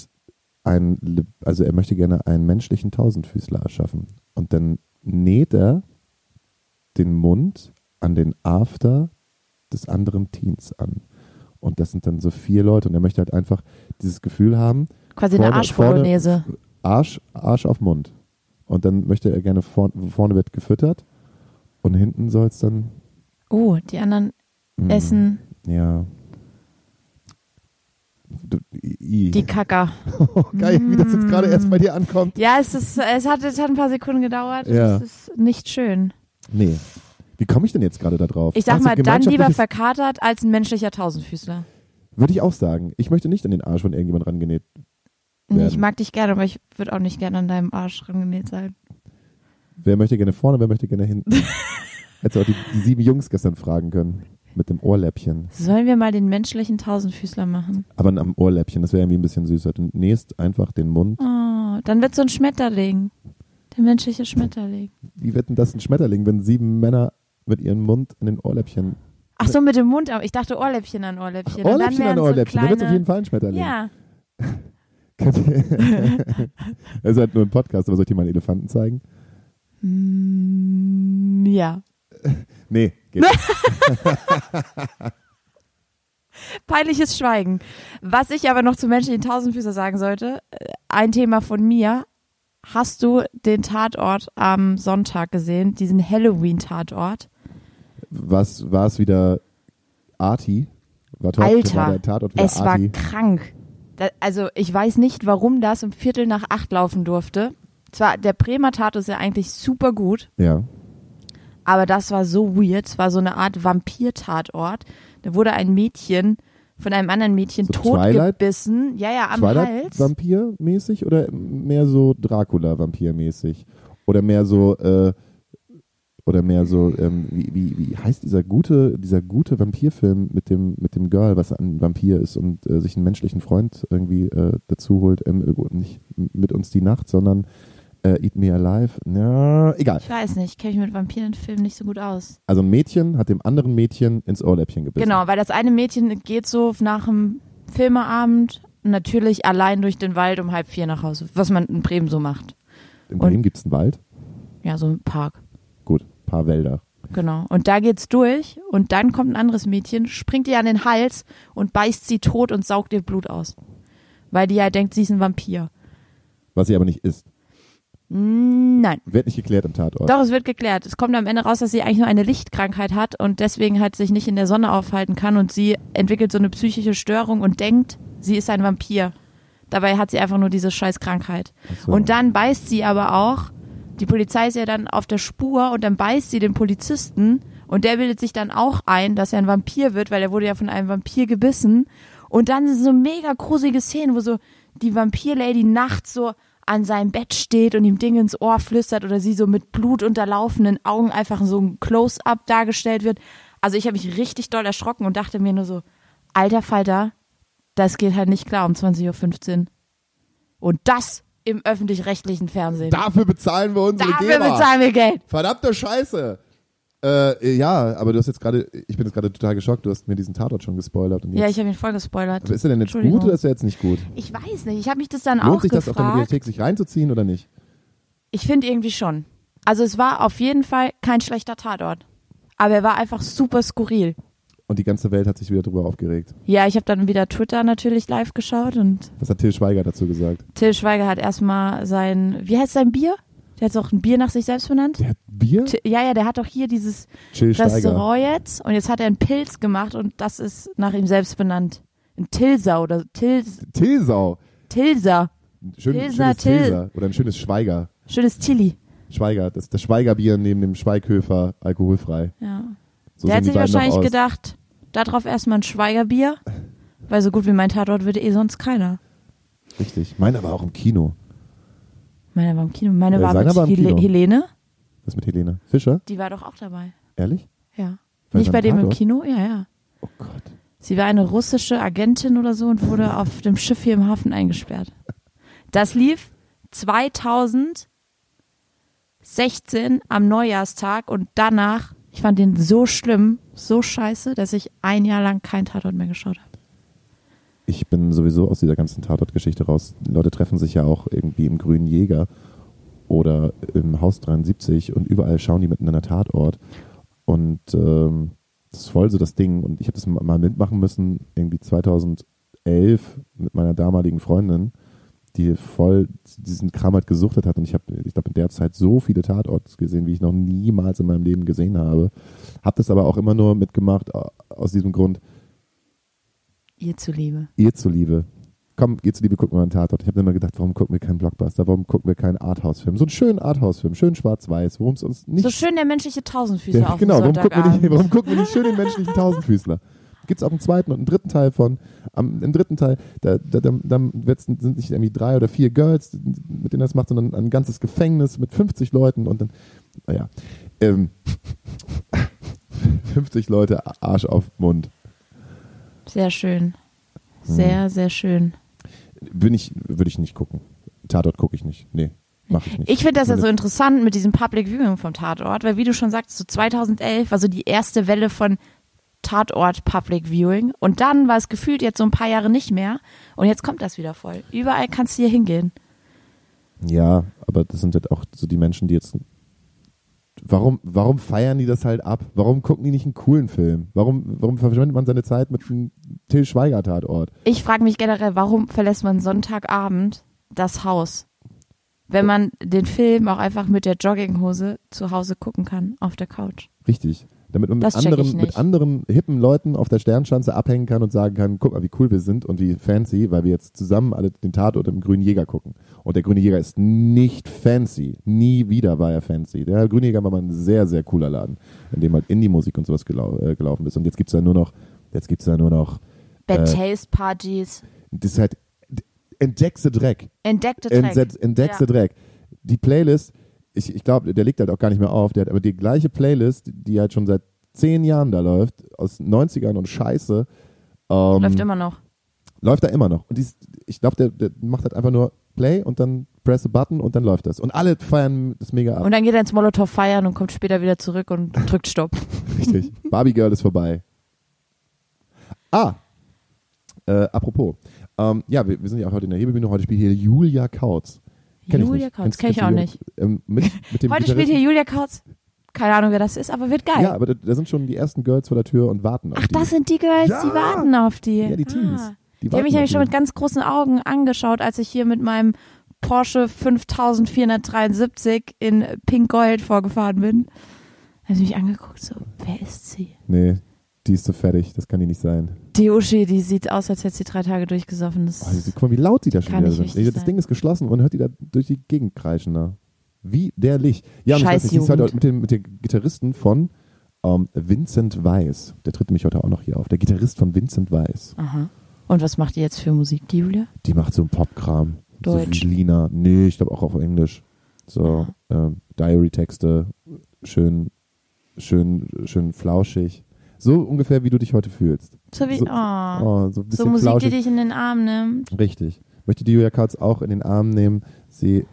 ein, Le- also er möchte gerne einen menschlichen Tausendfüßler erschaffen. Und dann näht er den Mund an den After des anderen Teens an. Und das sind dann so vier Leute und er möchte halt einfach dieses Gefühl haben,
Quasi
Vorne-
eine Arschbolognese.
Arsch, Arsch auf Mund. Und dann möchte er gerne vorn, vorne wird gefüttert und hinten soll es dann
Oh, die anderen
mm,
essen
Ja. Du, i,
die Kacker.
oh, geil, wie das jetzt gerade erst bei dir ankommt.
Ja, es, ist, es, hat, es hat ein paar Sekunden gedauert.
Ja.
Und es ist nicht schön.
Nee. Wie komme ich denn jetzt gerade da drauf?
Ich sag
Also
mal, dann lieber
gemeinschaftliches-
verkatert als ein menschlicher Tausendfüßler.
Würde ich auch sagen. Ich möchte nicht an den Arsch von irgendjemand rangenäht.
Nee,
Werden.
ich mag dich gerne, aber ich würde auch nicht gerne an deinem Arsch rangenäht sein.
Wer möchte gerne vorne, wer möchte gerne hinten? Hättest du auch die, die sieben Jungs gestern fragen können. Mit dem Ohrläppchen.
Sollen wir mal den menschlichen Tausendfüßler machen?
Aber am Ohrläppchen, das wäre irgendwie ein bisschen süßer. Du nähst einfach den Mund.
Oh, dann wird so ein Schmetterling. Der menschliche Schmetterling.
Wie wird denn das ein Schmetterling, wenn sieben Männer mit ihrem Mund an den Ohrläppchen.
Ach so, mit dem Mund. aber Ich dachte Ohrläppchen an Ohrläppchen. Und
Ohrläppchen
dann
an
wären
Ohrläppchen,
So
dann wird auf jeden
kleine,
Fall ein Schmetterling.
ja,
Es ist halt nur ein Podcast, aber soll ich dir mal einen Elefanten zeigen?
Mm, ja.
Nee, geht nicht.
Peinliches Schweigen. Was ich aber noch zu menschlichen Tausendfüßer sagen sollte, äh, ein Thema von mir. Hast du den Tatort am Sonntag gesehen, diesen Halloween-Tatort?
Was war es wieder? Arti? War Tatort-
Alter,
war der Tatort wieder
Es war
Arti?
krank. Da, also ich weiß nicht, warum das um Viertel nach acht laufen durfte. Zwar, der Bremer Tatort ist ja eigentlich super gut,
ja.
Aber das war so weird. Es war so eine Art Vampir-Tatort. Da wurde ein Mädchen von einem anderen Mädchen
So Twilight?
totgebissen. Ja, ja, am Hals.
Twilight-Vampir-mäßig oder mehr so Dracula-Vampir-mäßig? Oder mehr so, äh, oder mehr so, ähm, wie, wie, wie heißt dieser gute, dieser gute Vampirfilm mit dem, mit dem Girl, was ein Vampir ist und äh, sich einen menschlichen Freund irgendwie äh, dazu holt, ähm, nicht mit uns die Nacht, sondern äh, Eat Me Alive. Ja, egal.
Ich weiß nicht, kenne ich mit Vampiren im Film nicht so gut aus.
Also ein Mädchen hat dem anderen Mädchen ins Ohrläppchen gebissen.
Genau, weil das eine Mädchen geht so nach dem Filmeabend natürlich allein durch den Wald um halb vier nach Hause, was man in Bremen so macht.
In
Und-
Bremen gibt es einen Wald.
Ja, so ein Park.
Gut, paar Wälder.
Genau. Und da geht's durch und dann kommt ein anderes Mädchen, springt ihr an den Hals und beißt sie tot und saugt ihr Blut aus. Weil die ja denkt, sie ist ein Vampir.
Was sie aber nicht ist.
Nein.
Wird nicht geklärt im Tatort.
Doch, es wird geklärt. Es kommt am Ende raus, dass sie eigentlich nur eine Lichtkrankheit hat und deswegen halt sich nicht in der Sonne aufhalten kann und sie entwickelt so eine psychische Störung und denkt, sie ist ein Vampir. Dabei hat sie einfach nur diese scheiß Krankheit.
so.
Und dann beißt sie aber auch, die Polizei ist ja dann auf der Spur und dann beißt sie den Polizisten und der bildet sich dann auch ein, dass er ein Vampir wird, weil er wurde ja von einem Vampir gebissen. Und dann sind so mega gruselige Szenen, wo so die Vampirlady nachts so an seinem Bett steht und ihm Dinge ins Ohr flüstert oder sie so mit blutunterlaufenden Augen einfach so ein Close-up dargestellt wird. Also ich habe mich richtig doll erschrocken und dachte mir nur so, alter Falter, das geht halt nicht klar um 20.15 Uhr. Und das im öffentlich-rechtlichen Fernsehen.
Dafür bezahlen wir unsere
Dafür
GEMA.
bezahlen wir Geld.
Verdammte Scheiße. Äh, ja, aber du hast jetzt gerade, ich bin jetzt gerade total geschockt, du hast mir diesen Tatort schon gespoilert. Und jetzt,
Ja, ich habe ihn voll gespoilert.
aber ist er denn jetzt
Entschuldigung.
gut oder ist er jetzt nicht gut?
Ich weiß nicht, ich habe mich das dann
Lohnt
auch
sich das auch in der
gefragt.
Mediathek, sich reinzuziehen oder nicht?
ich finde irgendwie schon. Also es war auf jeden Fall kein schlechter Tatort. Aber er war einfach super skurril.
Und die ganze Welt hat sich wieder drüber aufgeregt.
Ja, ich habe dann wieder Twitter natürlich live geschaut und
Was hat Till Schweiger dazu gesagt?
Till Schweiger hat erstmal sein, wie heißt sein Bier? Der hat auch ein Bier nach sich selbst benannt.
Der hat Bier?
T- Ja, ja, der hat doch hier dieses
Till Schweiger.
Restaurant jetzt und jetzt hat er einen Pilz gemacht und das ist nach ihm selbst benannt. Ein Tilsa oder Tils,
Tilsau.
Tilsa.
Schön,
Tilsa,
schönes
Till.
Tilsa. Oder ein schönes Schweiger.
Schönes Tilly.
Schweiger, das, das Schweigerbier neben dem Schweighöfer alkoholfrei.
Ja.
So
der
sehen
hat
die beiden
sich
noch
wahrscheinlich
aus.
gedacht, darauf erstmal ein Schweigerbier, weil so gut wie mein Tatort würde eh sonst keiner.
Richtig. Meiner war auch im Kino.
Meine war im Kino, meine
Ja,
war
seiner
mit
war im
Hele
Kino.
Helene,
Was mit Helene? Fischer?
die war doch auch dabei.
Ehrlich?
Ja.
Bei
Nicht bei dem
seinem
im
Tatort?
Kino, ja, ja.
Oh Gott.
Sie war eine russische Agentin oder so und wurde auf dem Schiff hier im Hafen eingesperrt. Das lief 2016 am Neujahrstag und danach, ich fand den so schlimm, so scheiße, dass ich ein Jahr lang keinen Tatort mehr geschaut habe.
ich bin sowieso aus dieser ganzen Tatort-Geschichte raus. Die Leute treffen sich ja auch irgendwie im Grünen Jäger oder im Haus 73 und überall schauen die miteinander Tatort. Und ähm, das ist voll so das Ding. Und ich habe das mal mitmachen müssen, irgendwie 2011 mit meiner damaligen Freundin, die voll diesen Kram halt gesuchtet hat. Und ich habe, ich glaube, in der Zeit so viele Tatorts gesehen, wie ich noch niemals in meinem Leben gesehen habe. Habe das aber auch immer nur mitgemacht aus diesem Grund,
Ihr zuliebe.
ihr zuliebe. Komm, ihr zuliebe gucken wir einen Tatort. Ich habe immer gedacht, warum gucken wir keinen Blockbuster? Warum gucken wir keinen Arthouse-Film? So einen schönen Arthouse-Film, schön schwarz-weiß, worum es uns nicht
So schön der menschliche Tausendfüßer
Ja,
auf
genau,
dem
warum gucken, wir nicht,
Sonntagabend.
warum gucken wir nicht schön den menschlichen Tausendfüßler? Gibt es auch einen zweiten und einen dritten Teil von. Am, Im dritten Teil, da, da, da, da wird's- sind nicht irgendwie drei oder vier Girls, mit denen das macht, sondern ein ganzes Gefängnis mit 50 Leuten und dann, naja, ähm, 50 Leute Arsch auf Mund.
Sehr schön. Sehr, sehr schön.
Bin ich, würde ich nicht gucken. Tatort gucke ich nicht. Nee, mache ich nicht.
Ich finde das ja so
Finde-
interessant mit diesem Public Viewing vom Tatort, weil wie du schon sagtest, so 2011 war so die erste Welle von Tatort Public Viewing und dann war es gefühlt jetzt so ein paar Jahre nicht mehr und jetzt kommt das wieder voll. Überall kannst du hier hingehen.
Ja, aber das sind halt auch so die Menschen, die jetzt. Warum, warum feiern die das halt ab? Warum gucken die nicht einen coolen Film? Warum, warum verschwendet man seine Zeit mit einem Till Schweiger-Tatort?
Ich frage mich generell, warum verlässt man Sonntagabend das Haus, wenn man den Film auch einfach mit der Jogginghose zu Hause gucken kann auf der Couch?
Richtig. Damit man mit
Das check ich
anderen,
nicht.
mit anderen hippen Leuten auf der Sternschanze abhängen kann und sagen kann, guck mal, wie cool wir sind und wie fancy, weil wir jetzt zusammen alle den Tatort im Grünen Jäger gucken. Und der Grüne Jäger ist nicht fancy. Nie wieder war er fancy. Der Grüne Jäger war mal ein sehr, sehr cooler Laden, in dem halt Indie-Musik und sowas gelau äh, gelaufen ist. Und jetzt gibt's da nur noch, jetzt gibt's da nur noch
Bad
Äh,
Taste Partys,
das ist halt entdeckte Dreck.
entdeckte Dreck.
Entdeckte entdeckste
Ja.
Dreck. Die Playlist, ich, ich glaube, der legt halt auch gar nicht mehr auf. Der hat aber die gleiche Playlist, die halt schon seit zehn Jahren da läuft, aus 90ern und Scheiße, ähm,
Läuft immer noch.
läuft da immer noch. Und die ist, ich glaube, der, der macht halt einfach nur Play und dann press a button und dann läuft das. Und alle feiern das mega ab.
Und dann geht er ins Molotow feiern und kommt später wieder zurück und drückt Stopp.
Richtig. Barbie Girl ist vorbei. Ah, äh, apropos. Ähm, ja, wir, wir sind ja auch heute in der Hebebühne. Heute spielt hier Julia Kautz. Kenn ich
Julia
nicht.
Kautz,
Kennst-
kenn ich
kennst du
auch
Julia-
nicht.
Ähm, mit, mit dem
Heute spielt hier Julia Kautz. Keine Ahnung, wer das ist, aber wird geil.
Ja, aber da, da sind schon die ersten Girls vor der Tür und warten auf
Ach,
die.
das sind die Girls, die
Ja.
warten auf die.
Ja, die Teens.
Ah.
Die
Die haben mich
warten
nämlich schon
auf
mit ganz großen Augen angeschaut, als ich hier mit meinem Porsche 5473 in Pink Gold vorgefahren bin. Da haben sie mich angeguckt, so, wer ist sie?
die. Nee, die ist so fertig. Das kann die nicht sein.
Die Uschi, die sieht aus, als hätte sie drei Tage durchgesoffen. Das
Oh, die- guck mal, wie laut die da schon
Kann
wieder
nicht
sind.
richtig
Das
sein.
Ding ist geschlossen und hört die da durch die Gegend kreischen. Da. Wie der Licht. Ja, und ich
Scheiß
weiß nicht, die ist heute
Jugend.
mit dem, mit dem Gitarristen von ähm, Vincent Weiss. Der tritt nämlich heute auch noch hier auf. Der Gitarrist von Vincent Weiss.
Aha. Und was macht die jetzt für Musik, die Julia?
Die macht so einen Popkram.
Deutsch.
So wie Lina. Nee, ich glaube auch auf Englisch. So ähm, Diary-Texte. Schön, schön, schön flauschig. So ungefähr, wie du dich heute fühlst.
So wie,
So-
oh.
Oh, so ein
So
bisschen
Musik,
flauschig.
die dich in den Arm nimmt.
Richtig. Möchte die Julia Kautz auch in den Arm nehmen, sie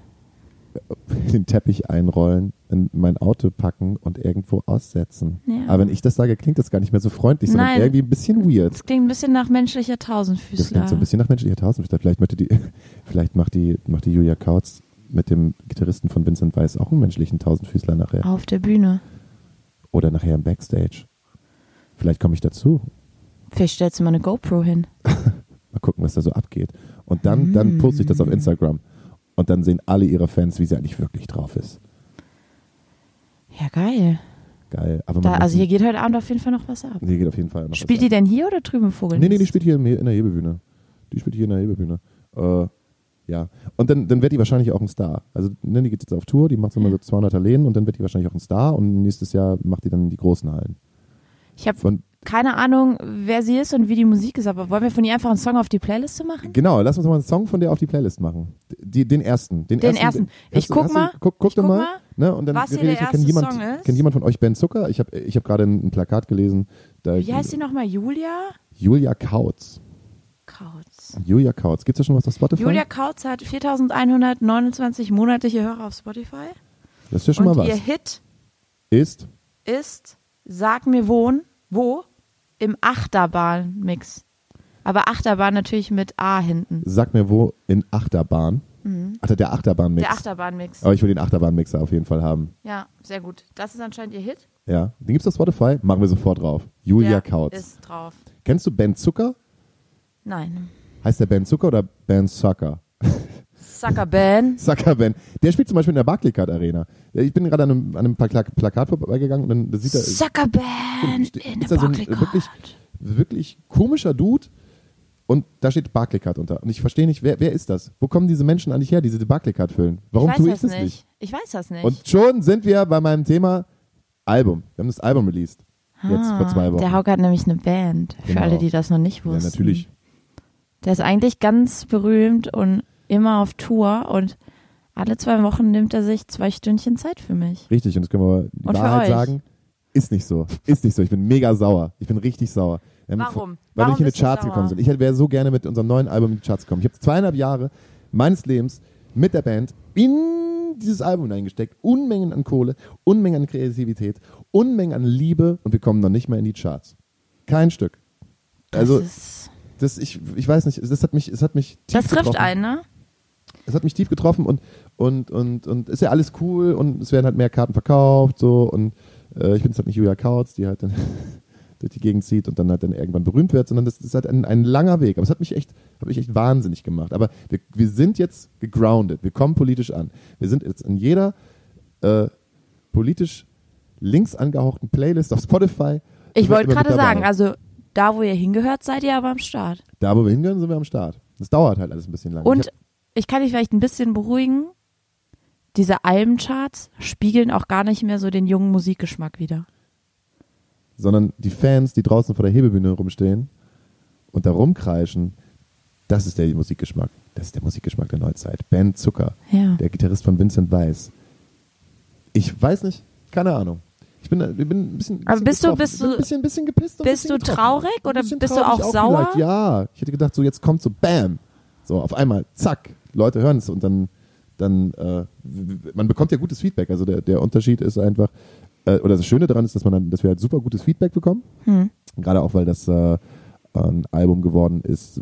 in den Teppich einrollen, in mein Auto packen und irgendwo aussetzen.
Ja.
Aber wenn ich das sage, klingt das gar nicht mehr so freundlich, sondern
Nein.
irgendwie ein bisschen weird.
Das klingt ein bisschen nach menschlicher
Das
Tausendfüßler.
klingt so ein bisschen nach menschlicher Tausendfüßler. Vielleicht möchte die, vielleicht macht die, macht die Julia Kautz mit dem Gitarristen von Vincent Weiss auch einen menschlichen Tausendfüßler nachher.
Auf der Bühne.
Oder nachher im Backstage. Vielleicht komme ich dazu.
Vielleicht stellst du mal eine GoPro hin.
Mal gucken, was da so abgeht. Und dann,
Mm.
dann poste ich das auf Instagram. Und dann sehen alle ihre Fans, wie sie eigentlich wirklich drauf ist.
Ja, geil.
Geil. Aber
Da,
man
also hier geht heute Abend auf jeden Fall noch was ab.
hier geht auf jeden Fall noch
Spielt die
was
denn hier oder drüben im Vogel?
ab. Nee, nee, die spielt hier im He- in der Hebebühne. Die spielt hier in der Hebebühne. Äh, ja. Und dann, dann wird die wahrscheinlich auch ein Star. Also, ne, die geht jetzt auf Tour, die macht so mal so 200er Läden und dann wird die wahrscheinlich auch ein Star und nächstes Jahr macht die dann die großen Hallen.
Ich habe
Von,
keine Ahnung, wer sie ist und wie die Musik ist, aber wollen wir von ihr einfach einen Song auf die Playliste machen?
genau, lass uns mal einen Song von der auf die Playlist machen. Die, den ersten. Den,
Den ersten.
Hast
Ich
du-
guck
hast du-
mal.
Guck, guck
Ich
doch
guck
mal.
mal,
Ne? Und dann
was hier
rede
der
ich-
erste
kennt jemand,
Song ist.
Kennt jemand von euch Ben Zucker? Ich habe ich hab gerade ein, ein Plakat gelesen. Da,
Wie heißt sie nochmal? Julia
Julia Kautz.
Kautz.
Julia Kautz. Gibt's da schon was auf Spotify?
Julia Kautz hat 4129 monatliche Hörer auf Spotify.
das ist ja schon
Und
mal
ihr
was.
Hit
Ist
ist Sag mir wohn, wo? Im Achterbahn-Mix. Aber Achterbahn natürlich mit A hinten.
Sag mir wo in Achterbahn. Ach, der Achterbahn-Mix.
Mhm. Der Achterbahnmix.
Aber ich will den Achterbahn-Mixer auf jeden Fall haben.
Ja, sehr gut. Das ist anscheinend ihr Hit.
Ja. Den gibt's auf Spotify? Machen wir sofort drauf. Julia
Der
Kautz.
Ist drauf.
Kennst du Ben Zucker?
Nein.
Heißt der Ben Zucker oder Ben Zucker?
Sucker Ben.
Zucker Ben. Der spielt zum Beispiel in der Barclaycard Arena. Ich bin gerade an einem, an einem Plaka- Plakat vorbeigegangen und dann sieht er.
Sucker Ben.
Stimmt,
In
ist
der
da so ein äh,
Barclaycard.
wirklich, wirklich komischer Dude und da steht Barclaycard unter. Und ich verstehe nicht, wer, wer ist das? Wo kommen diese Menschen eigentlich her, die diese Barclaycard füllen? Warum
ich weiß
tue ich
das
das
nicht. Ich weiß das nicht.
Und schon sind wir bei meinem Thema Album. Wir haben das Album released. Jetzt vor zwei Wochen.
Ah, Der Hauke hat nämlich eine Band. Für
Genau.
alle, die das noch nicht
ja,
wussten.
natürlich.
Der ist eigentlich ganz berühmt und immer auf Tour und alle zwei Wochen nimmt er sich zwei Stündchen Zeit für mich.
Richtig, und das können wir die
Und für
Wahrheit
euch?
sagen. Ist nicht so. Ist nicht so. Ich bin mega sauer. Ich bin richtig sauer. Wir haben
Warum?
vor- Weil
Warum
nicht in die
bist du
Charts
sauer?
gekommen sind. Ich hätte- wäre so gerne mit unserem neuen Album in die Charts gekommen. Ich habe zweieinhalb Jahre meines Lebens mit der Band in dieses Album hineingesteckt. Unmengen an Kohle, Unmengen an Kreativität, Unmengen an Liebe und wir kommen noch nicht mal in die Charts. Kein Stück.
Das
Also,
ist,
das, ich, ich weiß nicht, das hat mich, es hat mich tief
das trifft
getroffen
einen, ne?
es hat mich tief getroffen und und und und ist ja alles cool und es werden halt mehr Karten verkauft so und äh, ich bin jetzt halt nicht Julia Kautz, die halt dann durch die Gegend zieht und dann halt dann irgendwann berühmt wird, sondern das ist halt ein, ein langer Weg. Aber es hat mich echt, hat mich echt wahnsinnig gemacht. Aber wir, wir sind jetzt gegroundet, wir kommen politisch an. Wir sind jetzt in jeder äh, politisch links angehauchten Playlist auf Spotify.
Ich
sind wir
wollte
immer mit
gerade
dabei.
sagen, also da, wo ihr hingehört, seid ihr aber am Start.
Da, wo wir hingehören, sind wir am Start. Das dauert halt alles ein bisschen lange.
Und
Ich
ich kann dich vielleicht ein bisschen beruhigen. Diese Albencharts spiegeln auch gar nicht mehr so den jungen Musikgeschmack wieder.
sondern die Fans, die draußen vor der Hebebühne rumstehen und da rumkreischen, das ist der Musikgeschmack. Das ist der Musikgeschmack der Neuzeit. Ben Zucker,
Ja.
der Gitarrist von Vincent Weiss. Ich weiß nicht, keine Ahnung. Ich bin, ich bin ein bisschen, ein bisschen
Aber bist du-
getroffen.
bist
Ich bin ein
du-
bisschen, ein bisschen gepisst und ein
bist
bisschen
du
getroffen.
traurig
Ein
oder
bisschen
bist du
traurig
auch sauer?
vielleicht, Ja, ich hätte gedacht, so jetzt kommt so Bam, so auf einmal, zack, Leute hören es und dann, dann, äh, w- w- man bekommt ja gutes Feedback. Also der, der Unterschied ist einfach, äh, oder das Schöne daran ist, dass man dann, dass wir halt super gutes Feedback bekommen.
Hm.
Gerade auch, weil das äh, ein Album geworden ist,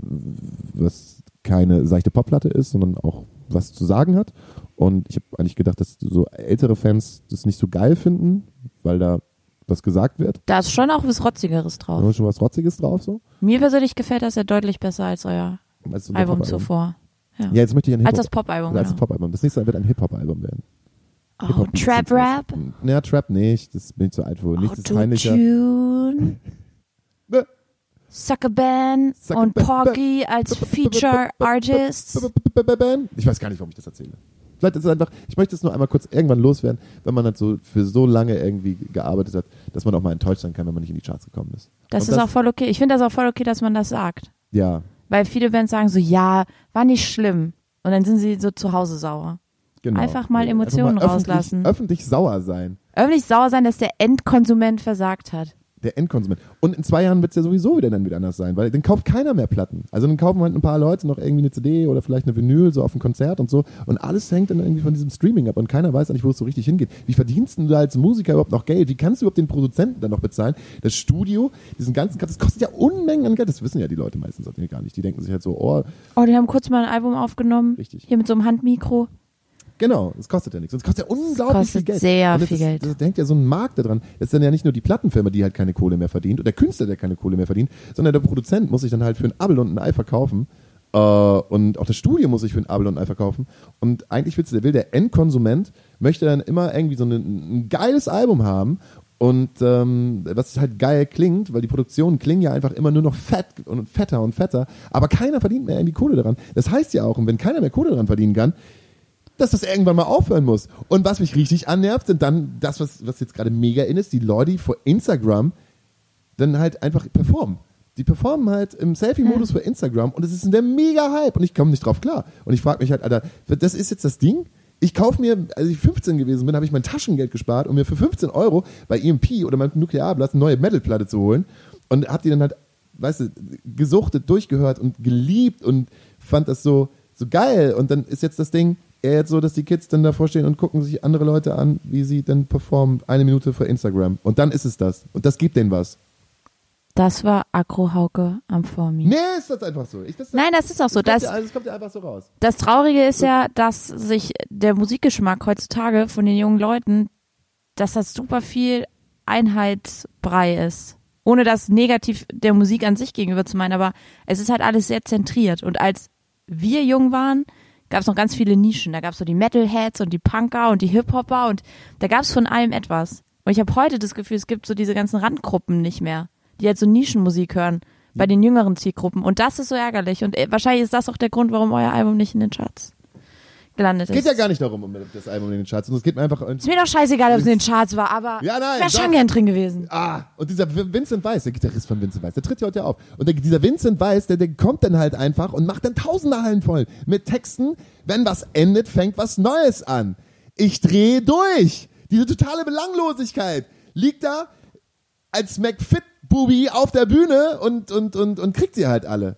was keine seichte Popplatte ist, sondern auch was zu sagen hat. Und ich habe eigentlich gedacht, dass so ältere Fans das nicht so geil finden, weil da was gesagt wird.
Da ist schon auch was Rotzigeres
Da
drauf.
ist schon was Rotziges drauf. So.
Mir persönlich gefällt das ja deutlich besser als euer
Als so ein
Album
Pop-Album.
zuvor. Ja.
Ja, jetzt möchte ich ein
als das
Hip-Hop.
Pop-Album.
Als das
genau.
Pop-Album. Das nächste wird ein Hip-Hop-Album werden.
Oh,
Hip-Hop-
Trap Rap. Oh,
Ja, Trap nicht. Das bin ich zu alt für. Nichts ist peinlicher.
Autotune.
Ne.
Sucker Ben
Sucker
und
Ben.
Porgy als Feature Artists.
Ich weiß gar nicht, warum ich das erzähle. Vielleicht ist es einfach, ich möchte es nur einmal kurz irgendwann loswerden, wenn man halt so für so lange irgendwie gearbeitet hat, dass man auch mal enttäuscht sein kann, wenn man nicht in die Charts gekommen ist.
Das
Und
ist auch voll okay. Ich finde das auch voll okay, dass man das sagt.
Ja,
Weil viele Bands sagen so, ja, war nicht schlimm. Und dann sind sie so zu Hause sauer.
genau.
Einfach mal
Ja,
Emotionen
einfach mal öffentlich-
rauslassen.
Öffentlich sauer sein.
Öffentlich sauer sein, dass der Endkonsument versagt hat.
Der Endkonsument. Und in zwei Jahren wird es ja sowieso wieder dann wieder anders sein, weil dann kauft keiner mehr Platten. Also dann kaufen halt ein paar Leute noch irgendwie eine CD oder vielleicht eine Vinyl so auf ein Konzert und so. Und alles hängt dann irgendwie von diesem Streaming ab und keiner weiß eigentlich, wo es so richtig hingeht. Wie verdienst denn du als Musiker überhaupt noch Geld? Wie kannst du überhaupt den Produzenten dann noch bezahlen? Das Studio, diesen ganzen Kram, das kostet ja Unmengen an Geld. Das wissen ja die Leute meistens auch gar nicht. Die denken sich halt so, oh,
Oh, die haben kurz mal ein Album aufgenommen.
Richtig.
Hier mit so einem Handmikro.
Genau, es kostet ja nichts. Und Es kostet ja unglaublich
kostet
viel Geld.
sehr
und das
viel
ist,
Geld.
Das denkt ja so ein Markt daran. Das ist dann ja nicht nur die Plattenfirma, die halt keine Kohle mehr verdient und der Künstler, der keine Kohle mehr verdient, sondern der Produzent muss sich dann halt für ein Abel und ein Ei verkaufen. Äh, und auch das Studio muss sich für ein Abel und ein Ei verkaufen. Und eigentlich willst du, der will der Endkonsument, möchte dann immer irgendwie so eine, ein geiles Album haben. Und ähm, was halt geil klingt, weil die Produktionen klingen ja einfach immer nur noch fett und fetter und fetter, aber keiner verdient mehr irgendwie Kohle daran. Das heißt ja auch, und wenn keiner mehr Kohle daran verdienen kann, dass das irgendwann mal aufhören muss. Und was mich richtig annervt, sind dann das, was, was jetzt gerade mega in ist, die Leute, die vor Instagram dann halt einfach performen. Die performen halt im Selfie-Modus für Instagram und es ist der mega Hype und ich komme nicht drauf klar. Und ich frage mich halt, Alter, das ist jetzt das Ding? Ich kaufe mir, als ich 15 gewesen bin, habe ich mein Taschengeld gespart, um mir für 15 Euro bei EMP oder meinem Nuklearblast eine neue Metalplatte zu holen und habe die dann halt, weißt du, gesuchtet, durchgehört und geliebt und fand das so, so geil. Und dann ist jetzt das Ding eher jetzt so, dass die Kids dann davor stehen und gucken sich andere Leute an, wie sie dann performen, eine Minute für Instagram. Und dann ist es das. Und das gibt denen was.
Das war Akrohauke am Formi.
Nee, ist das einfach so. Ich, das,
Nein, das ist auch so.
das,
Das,
kommt ja, das kommt ja einfach so raus.
das Traurige ist ja, dass sich der Musikgeschmack heutzutage von den jungen Leuten, dass das super viel Einheitsbrei ist. Ohne das negativ der Musik an sich gegenüber zu meinen, aber es ist halt alles sehr zentriert. Und als wir jung waren, gab es noch ganz viele Nischen. Da gab es so die Metalheads und die Punker und die Hip-Hopper und da gab es von allem etwas. Und ich habe heute das Gefühl, es gibt so diese ganzen Randgruppen nicht mehr, die halt so Nischenmusik hören bei den jüngeren Zielgruppen. Und das ist so ärgerlich. Und äh, wahrscheinlich ist das auch der Grund, warum euer Album nicht in den Charts gelandet
Es geht
ist.
ja gar nicht darum, um das Album in den Charts. Und es geht mir einfach.
Ist mir doch scheißegal, ob es in den Charts war, aber
Ja, nein,
wäre
doch.
schon gern drin gewesen.
Ah, und dieser Vin- Vincent Weiss, der Gitarrist von Vincent Weiss, der tritt ja heute auf. Und der, dieser Vincent Weiss, der, der kommt dann halt einfach und macht dann tausende Hallen voll mit Texten. Wenn was endet, fängt was Neues an. Ich drehe durch. Diese totale Belanglosigkeit liegt da als McFit-Bubi auf der Bühne und, und, und, und kriegt sie halt alle.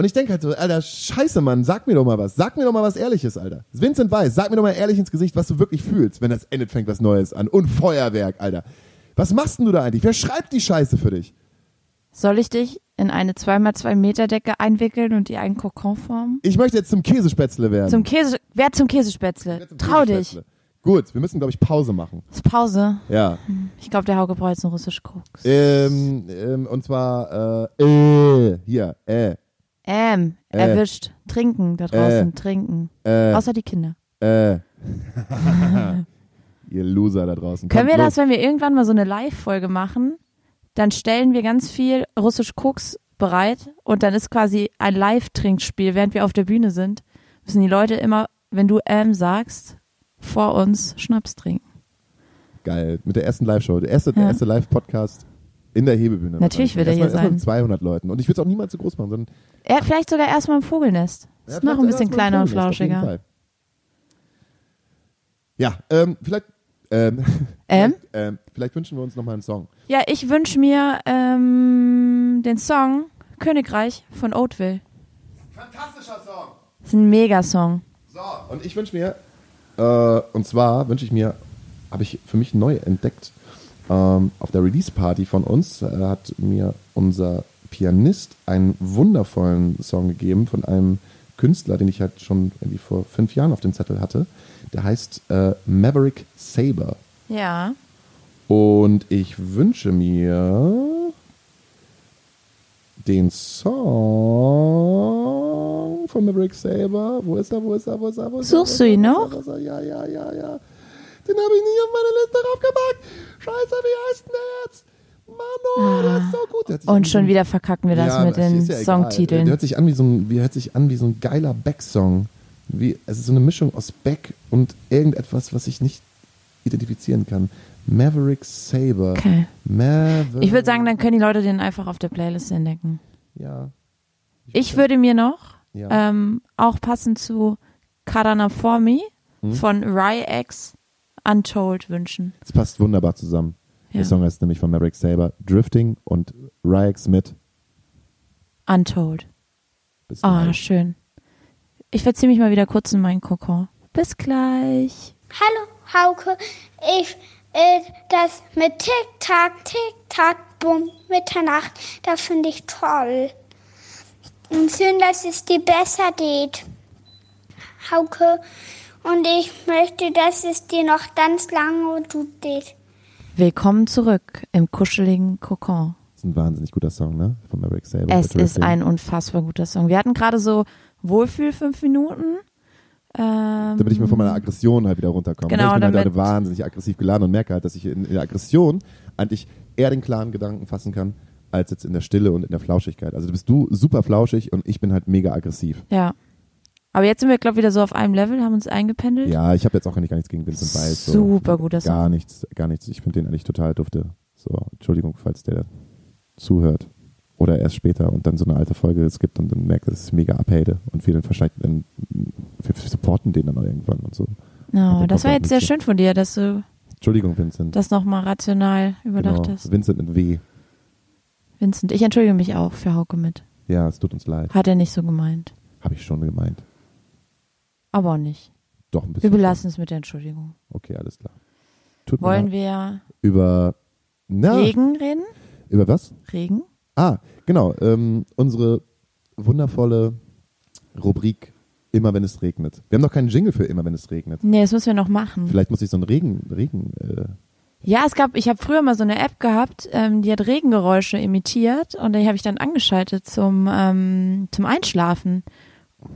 Und ich denke halt so, Alter, scheiße, Mann, sag mir doch mal was. Sag mir doch mal was Ehrliches, Alter. Vincent Weiss, sag mir doch mal ehrlich ins Gesicht, was du wirklich fühlst, wenn das endet, fängt was Neues an. Und Feuerwerk, Alter. Was machst denn du da eigentlich? Wer schreibt die Scheiße für dich?
Soll ich dich in eine 2x2 Meter Decke einwickeln und dir einen Kokon formen?
Ich möchte jetzt zum Käsespätzle werden.
Zum Käse, wer zum Käsespätzle?
Zum
Trau dich.
Käsespätzle. Gut, wir müssen, glaube ich, Pause machen.
Ist Pause.
Ja.
Ich glaube, der Hauke braucht jetzt einen russischen Koks.
Ähm, ähm, und zwar, äh, äh, hier, äh,
Ähm, erwischt. Trinken da draußen, trinken.
äh,
Außer die Kinder.
äh. Ihr Loser da draußen.
Können wir
Kommt
das, wenn wir irgendwann mal so eine Live-Folge machen, dann stellen wir ganz viel russisch Koks bereit und dann ist quasi ein Live-Trinkspiel, während wir auf der Bühne sind, müssen die Leute immer, wenn du ähm sagst, vor uns Schnaps trinken.
Geil, mit der ersten Live-Show, der erste, der
Ja.
erste Live-Podcast in der Hebebühne.
Natürlich wird er
Erstmal-
hier
erstmal
sein.
mit 200 Leuten. Und ich würde es auch niemals so groß machen, sondern.
Ja, vielleicht sogar erstmal im Vogelnest.
Ja,
Ist
vielleicht
noch ein
sogar
bisschen
erstmal
kleiner und
Vogelnest, auf jeden
flauschiger.
Fall. Ja, ähm, vielleicht, ähm,
Ähm?
ähm, vielleicht wünschen wir uns nochmal einen Song.
Ja, ich wünsche mir ähm, den Song Königreich von Oatville.
Fantastischer Song!
Ist ein Megasong.
So, und ich wünsche mir, äh, und zwar wünsche ich mir, habe ich für mich neu entdeckt, ähm, auf der Release-Party von uns äh, hat mir unser Pianist einen wundervollen Song gegeben von einem Künstler, den ich halt schon irgendwie vor fünf Jahren auf dem Zettel hatte. Der heißt äh, Maverick Saber.
Ja.
Und ich wünsche mir den Song von Maverick Saber. Wo ist er, wo ist er, wo ist er, wo ist er?
Suchst
wo ist
du ihn
er, wo
noch?
ist er, wo ist er? Ja, ja, ja, ja. Den habe ich nie auf meine Liste draufgepackt. Scheiße, wie heißt denn der jetzt? Mann, oh, der ist so gut. Der hat sich an
Ah. Und
wie
schon
so ein-
wieder verkacken wir das
Ja,
mit
aber
den
ist ja egal. Der
Songtiteln.
hört sich an wie so ein, wie, hört sich an wie so ein geiler Beck-Song. Wie, es ist so eine Mischung aus Beck und irgendetwas, was ich nicht identifizieren kann. Maverick Saber.
Okay.
Maverick.
Ich würde sagen, dann können die Leute den einfach auf der Playlist entdecken.
Ja.
Ich würde mir noch,
Ja.
ähm, auch passend zu Karana For Me
Hm?
von Rye-X Untold wünschen.
Es passt wunderbar zusammen.
Ja.
Der Song heißt nämlich von Maverick Saber Drifting und Ryax mit.
Untold.
Bis
Ah,
gleich.
schön. Ich verziehe mich mal wieder kurz in meinen Kokon. Bis gleich.
Hallo Hauke, ich äh, das mit Tick-Tack, Tick-Tack, Bumm, Mitternacht, das finde ich toll. Und schön, dass es dir besser geht, Hauke. Und ich möchte, dass es dir noch ganz lange gut geht.
Willkommen zurück im kuscheligen Kokon.
Das ist ein wahnsinnig guter Song, ne? Von Maverick Saber.
Es ist
Drifting.
ein unfassbar guter Song. Wir hatten gerade so Wohlfühl fünf Minuten. Ähm,
damit ich mir von meiner Aggression halt wieder runterkomme.
Genau,
ich bin halt
damit-
heute wahnsinnig aggressiv geladen und merke halt, dass ich in, in der Aggression eigentlich eher den klaren Gedanken fassen kann, als jetzt in der Stille und in der Flauschigkeit. Also bist du super flauschig und ich bin halt mega aggressiv.
ja. Aber jetzt sind wir, glaube ich, wieder so auf einem Level, haben uns eingependelt.
Ja, ich habe jetzt auch gar nicht- gar nichts gegen Vincent Weiss. So.
Super guter Song.
Gar nichts, gar nichts. Ich finde den eigentlich total dufte. So, Entschuldigung, falls der zuhört. Oder erst später und dann so eine alte Folge es gibt und dann merkt, dass ich mega abhate und wir dann wahrscheinlich dann, wir supporten den dann auch irgendwann und so.
No,
Hat den
das war
Kopf
jetzt sehr
nicht so.
schön von dir, dass du
Entschuldigung, Vincent.
das nochmal rational überdacht hast.
Genau. Vincent mit W.
Vincent, ich entschuldige mich auch für Hauke mit.
Ja, es tut uns leid.
Hat er nicht so gemeint.
Habe ich schon gemeint.
Aber auch nicht.
Doch ein
Wir
bisschen.
belassen es mit der Entschuldigung.
schon. Okay, alles klar. Tut mir
Wollen
leid.
wir
über na,
Regen reden?
über was?
Regen?
Ah, genau. Ähm, unsere wundervolle Rubrik Immer wenn es regnet. Wir haben noch keinen Jingle für Immer wenn es regnet.
Nee, das müssen wir noch machen.
Vielleicht muss ich so einen Regen, Regen. Äh,
Ja, es gab, ich habe früher mal so eine App gehabt, ähm, die hat Regengeräusche imitiert und die habe ich dann angeschaltet zum, ähm, zum Einschlafen.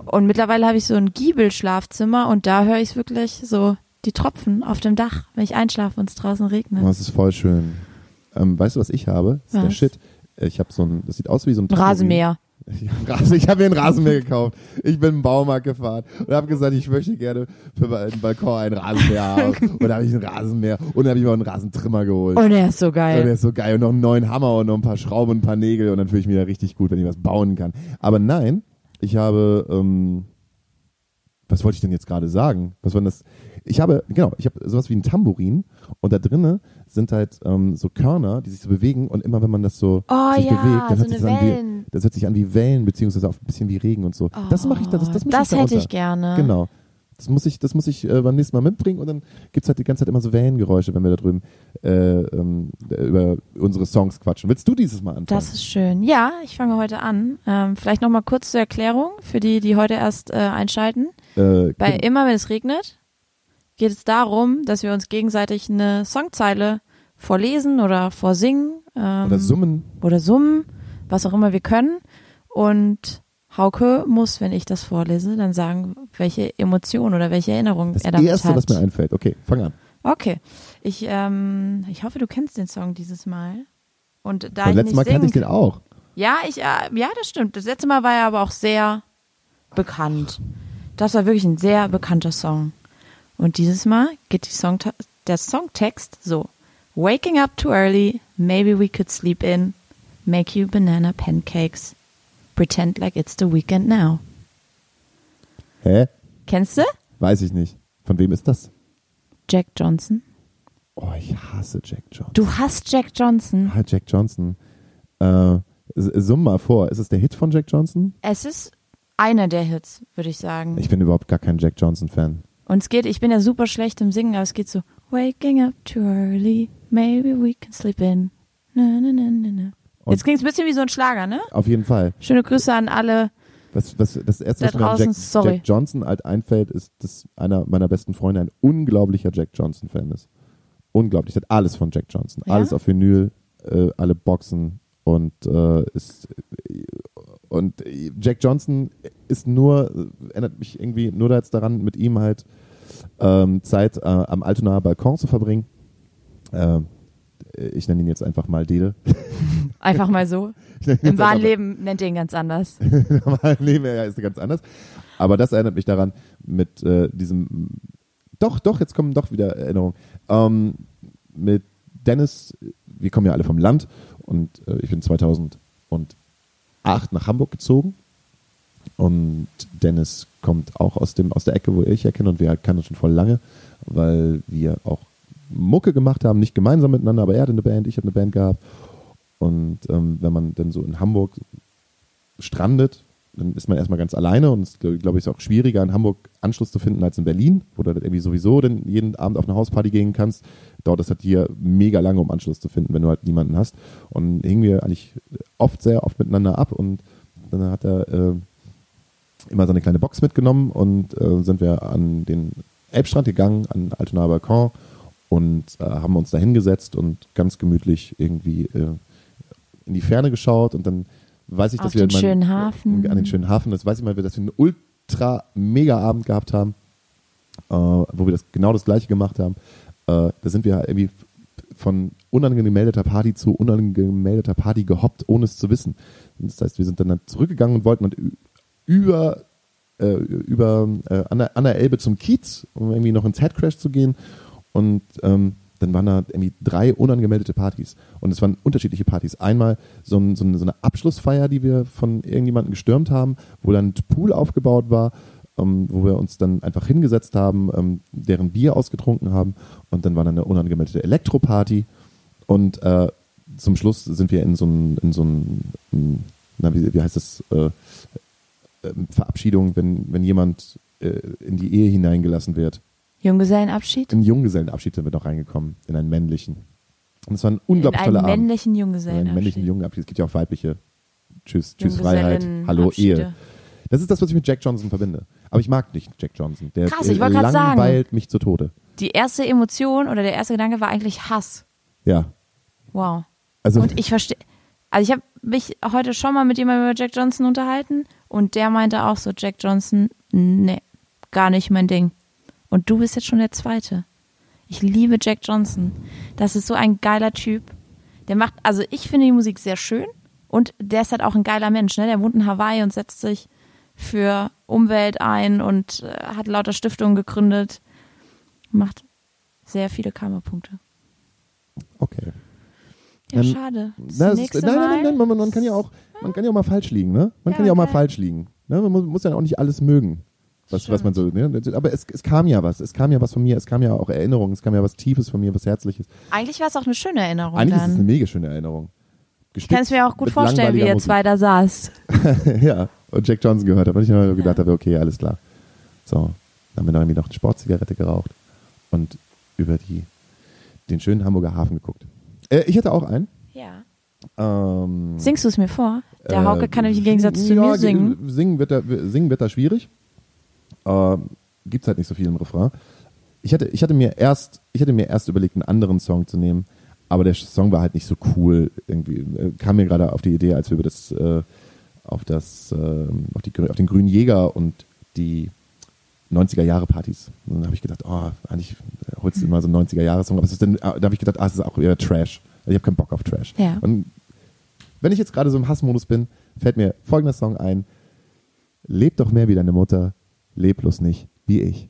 Und mittlerweile habe ich so ein Giebelschlafzimmer und da höre ich wirklich so die Tropfen auf dem Dach, wenn ich einschlafe und es draußen regnet.
oh, das ist voll schön. Ähm, weißt du, was ich habe? Das ist der
Was?
Shit. Äh, Ich habe so ein, das sieht aus wie so ein
Ein Rasenmäher.
Ich habe Rasen, ich hab mir einen Rasenmäher gekauft. Ich bin im Baumarkt gefahren und habe gesagt, ich möchte gerne für meinen Balkon einen Rasenmäher haben. Und da habe ich einen Rasenmäher und dann habe ich mir auch einen Rasentrimmer geholt.
Und er ist so
Und der
geil.
ist so geil. Und noch einen neuen Hammer und noch ein paar Schrauben und ein paar Nägel. Und dann fühle ich mich da richtig gut, wenn ich was bauen kann. Aber nein, ich habe, ähm, was wollte ich denn jetzt gerade sagen? Was war denn das? Ich habe, genau, ich habe sowas wie ein Tambourin. Und da drinnen sind halt ähm, so Körner, die sich so bewegen. Und immer wenn man das so
Oh
sich
ja,
bewegt, dann
so
hört sich
eine
das an wie-
Wellen.
das hört sich an wie Wellen, beziehungsweise auch ein bisschen wie Regen und so. das mache ich da, das, das, mische
das
ich da
hätte ich
unter.
gerne.
Genau. Das muss ich, das muss ich äh, beim nächsten Mal mitbringen und dann gibt's halt die ganze Zeit immer so Wellengeräusche, wenn wir da drüben äh, ähm, über unsere Songs quatschen. Willst du dieses Mal anfangen?
Das ist schön. Ja, ich fange heute an. Ähm, vielleicht nochmal kurz zur Erklärung für die, die heute erst äh, einschalten.
äh,
Bei
Kim,
Immer wenn es regnet geht es darum, dass wir uns gegenseitig eine Songzeile vorlesen oder vorsingen ähm,
oder Summen.
oder summen, was auch immer wir können. Und Hauke muss, wenn ich das vorlese, dann sagen, welche Emotion oder welche Erinnerung
Das
er damit
erste,
hat.
was mir einfällt. Okay, fang an.
Okay. Ich, ähm, ich hoffe, du kennst den Song dieses Mal. Und da
Beim
ich
letzten
nicht
Mal kannte
singen
ich den auch.
ja, ich, äh, ja, das stimmt. Das letzte Mal war er aber auch sehr bekannt. Das war wirklich ein sehr bekannter Song. Und dieses Mal geht die Song der Songtext so. Waking up too early, maybe we could sleep in, make you banana pancakes, pretend like it's the weekend now.
Hä?
Kennst du?
Weiß ich nicht. Von wem ist das?
Jack Johnson.
Oh, ich hasse Jack Johnson.
Du hast Jack Johnson.
Ah, Jack Johnson. Äh, s- summ mal vor. Ist es der Hit von Jack Johnson?
Es ist einer der Hits, würde ich sagen.
Ich bin überhaupt gar kein Jack Johnson-Fan.
Und es geht, ich bin ja super schlecht im Singen, aber es geht so, waking up too early, maybe we can sleep in. Na, na, na, na, na.
Und-
Jetzt klingt es ein bisschen wie so ein Schlager, ne?
Auf jeden Fall.
Schöne Grüße an alle.
Was, was, das erste,
Da
was mir an
draußen,
Jack,
sorry.
Jack Johnson halt einfällt, ist, dass einer meiner besten Freunde ein unglaublicher Jack Johnson-Fan ist. Unglaublich. Der hat alles von Jack Johnson.
Ja?
Alles auf Vinyl, äh, alle Boxen und äh, ist. äh, Und äh, Jack Johnson ist nur, äh, erinnert mich irgendwie nur da jetzt daran, mit ihm halt ähm, Zeit äh, am Altonaer Balkon zu verbringen. Ähm, ich nenne ihn jetzt einfach mal Dede.
Einfach mal so.
Ich nenne ihn
Im
jetzt einfach-
wahren Leben nennt ihr ihn ganz anders.
normalen Leben her ist ganz anders. Aber das erinnert mich daran mit äh, diesem. Doch, doch, jetzt kommen doch wieder Erinnerungen. Ähm, mit Dennis, wir kommen ja alle vom Land und äh, ich bin 2008 nach Hamburg gezogen. Und Dennis kommt auch aus, dem, aus der Ecke, wo ich erkenne, und wir kennen uns schon voll lange, weil wir auch Mucke gemacht haben, nicht gemeinsam miteinander, aber er hatte eine Band, ich habe eine Band gehabt. Und ähm, wenn man dann so in Hamburg strandet, dann ist man erstmal ganz alleine und es glaube glaub ich ist auch schwieriger, in Hamburg Anschluss zu finden als in Berlin, wo du dann irgendwie sowieso dann jeden Abend auf eine Hausparty gehen kannst. Dauert das halt hier mega lange, um Anschluss zu finden, wenn du halt niemanden hast. Und hingen wir eigentlich oft, sehr oft miteinander ab und dann hat er äh, immer seine kleine Box mitgenommen und äh, sind wir an den Elbstrand gegangen, an den Altonaer Balkon und äh, haben uns da hingesetzt und ganz gemütlich irgendwie äh, in die Ferne geschaut und dann weiß ich, dass
Auf
wir
den schönen Hafen.
an den schönen Hafen, das weiß ich mal, dass wir einen ultra mega Abend gehabt haben, äh, wo wir das genau das gleiche gemacht haben. Äh, da sind wir irgendwie von unangemeldeter Party zu unangemeldeter Party gehoppt, ohne es zu wissen. Und das heißt, wir sind dann, dann zurückgegangen und wollten dann ü- über äh, über äh, an, der, an der Elbe zum Kiez, um irgendwie noch ins Headcrash zu gehen. Und ähm, dann waren da irgendwie drei unangemeldete Partys. Und es waren unterschiedliche Partys. Einmal so, ein, so, eine, so eine Abschlussfeier, die wir von irgendjemandem gestürmt haben, wo dann ein Pool aufgebaut war, ähm, wo wir uns dann einfach hingesetzt haben, ähm, deren Bier ausgetrunken haben. Und dann war dann eine unangemeldete Elektroparty. Und äh, zum Schluss sind wir in so ein, in so ein na, wie, wie heißt das? Äh, ähm, Verabschiedung, wenn, wenn jemand äh, in die Ehe hineingelassen wird.
Junggesellenabschied?
Im Junggesellenabschied sind wir noch reingekommen, in einen männlichen. Und es war ein unglaublich
in
toller
einen
Abend.
männlichen Junggesellen.
einen männlichen Jungen ab. Es gibt ja auch weibliche. Tschüss, tschüss Freiheit.
Junggesellen-
Hallo
Abschiede.
Ehe. Das ist das, was ich mit Jack Johnson verbinde. Aber ich mag nicht Jack Johnson. Der äh,
Krass, ich wollte grad sagen.
langweilt mich zu Tode.
Die erste Emotion oder der erste Gedanke war eigentlich Hass.
Ja.
Wow.
Also
Und ich verstehe. Also ich habe mich heute schon mal mit jemandem über Jack Johnson unterhalten und der meinte auch so, Jack Johnson, nee, gar nicht mein Ding. Und du bist jetzt schon der Zweite. Ich liebe Jack Johnson. Das ist so ein geiler Typ. Der macht, also ich finde die Musik sehr schön und der ist halt auch ein geiler Mensch. Ne? Der wohnt in Hawaii und setzt sich für Umwelt ein und äh, hat lauter Stiftungen gegründet. Macht sehr viele Karma-Punkte.
okay.
Ja,
Ähm,
schade. Das
Na, es ist,
nächste
nein, nein,
Mal-
nein, nein, man, man kann ja auch, man kann ja auch mal falsch liegen, ne? Man
Ja,
kann ja auch mal
klar.
falsch liegen. Ne? Man muss, muss ja auch nicht alles mögen. Was, was man so, ne? Aber es, es kam ja was. Es kam ja was von mir. Es kam ja auch Erinnerungen. Es kam ja was Tiefes von mir, was Herzliches.
Eigentlich war es auch eine schöne Erinnerung
Eigentlich ist es eine
Oh, dann.
mega schöne Erinnerung.
Ich kann es mir auch gut vorstellen, wie ihr zwei da saßt.
ja, und Jack Johnson gehört habe. Und ich habe gedacht, habe, okay, alles klar. So, dann haben wir noch irgendwie noch eine Sportzigarette geraucht und über die, den schönen Hamburger Hafen geguckt. Äh, ich hatte auch einen.
Ja.
Ähm,
Singst du es mir vor? Der
äh,
Hauke kann nämlich im Gegensatz zu
ja, genau.
mir
ge-
singen.
Singen wird da, singen wird da schwierig. Ähm, Gibt es halt nicht so viel im Refrain. Ich hatte, ich, hatte mir erst, ich hatte mir erst überlegt, einen anderen Song zu nehmen, aber der Song war halt nicht so cool. Irgendwie äh, kam mir gerade auf die Idee, als wir über das, äh, auf, das äh, auf, die, Grü- auf den grünen Jäger und die 90er-Jahre-Partys. Und dann habe ich gedacht, oh, eigentlich holst du mal so einen 90er-Jahre-Song. Aber es ist dann, ah, da habe ich gedacht, ah, es ist auch eher Trash. Also Ich habe keinen Bock auf Trash.
Ja.
Und wenn ich jetzt gerade so im Hassmodus bin, fällt mir folgender Song ein. Leb doch mehr wie deine Mutter, leb bloß nicht wie ich.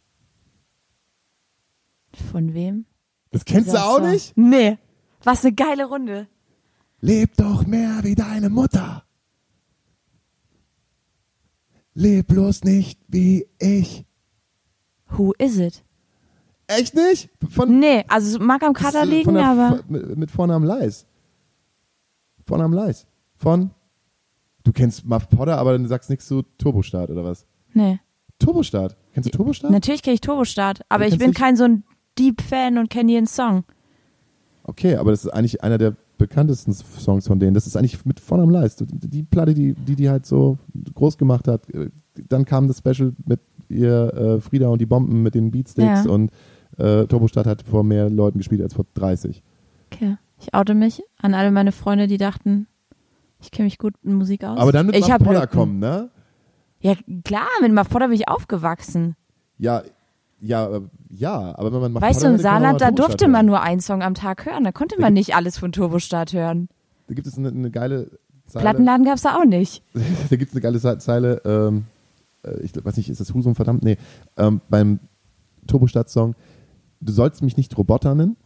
Von wem?
Das kennst du
Dieser
auch
Song.
nicht?
Nee. Was eine geile Runde.
Leb doch mehr wie deine Mutter. Leb bloß nicht wie ich.
Who is it?
Echt nicht? Von,
Nee, also es mag am Kater
von
liegen,
der-
aber
Mit, mit Vornamen Leis. Vornamen Leis. Von. Du kennst Muff Potter, aber dann sagst nichts zu Turbostart oder was?
nee.
Turbostart. Kennst du Turbostart?
Natürlich kenne ich Turbostart,
Du
aber ich
kennst
bin
nicht-
kein so ein Deep-Fan und kenne jeden Song.
Okay, aber das ist eigentlich einer der bekanntesten Songs von denen. Das ist eigentlich mit vorn am Leist. Die Platte, die, die die halt so groß gemacht hat. äh, Dann kam das Special mit ihr äh, Frieda und die Bomben mit den Beatsticks
Ja.
und äh, Turbostadt hat vor mehr Leuten gespielt als vor 30.
Okay. Ich oute mich an alle meine Freunde, die dachten, ich kenne mich gut in Musik aus.
Aber dann mit
ich
Muff
hab
Potter
Lücken.
kommen, ne?
Ja, klar, mit Muff Potter bin ich aufgewachsen.
Ja, ja, äh, ja, aber wenn man macht
Weißt du,
Potter
im
hört, kann man
Saarland,
auch
da
mal Turbostadt
durfte
hören.
man nur einen Song am Tag hören. Da konnte man nicht alles von Turbostadt hören.
Da gibt es eine, eine geile Zeile.
Plattenladen gab's da auch nicht.
da gibt es eine geile Ze- Zeile, ähm, äh, ich glaub- weiß nicht, ist das Husum verdammt? Nee, ähm, beim Turbostadt-Song, du sollst mich nicht Roboter nennen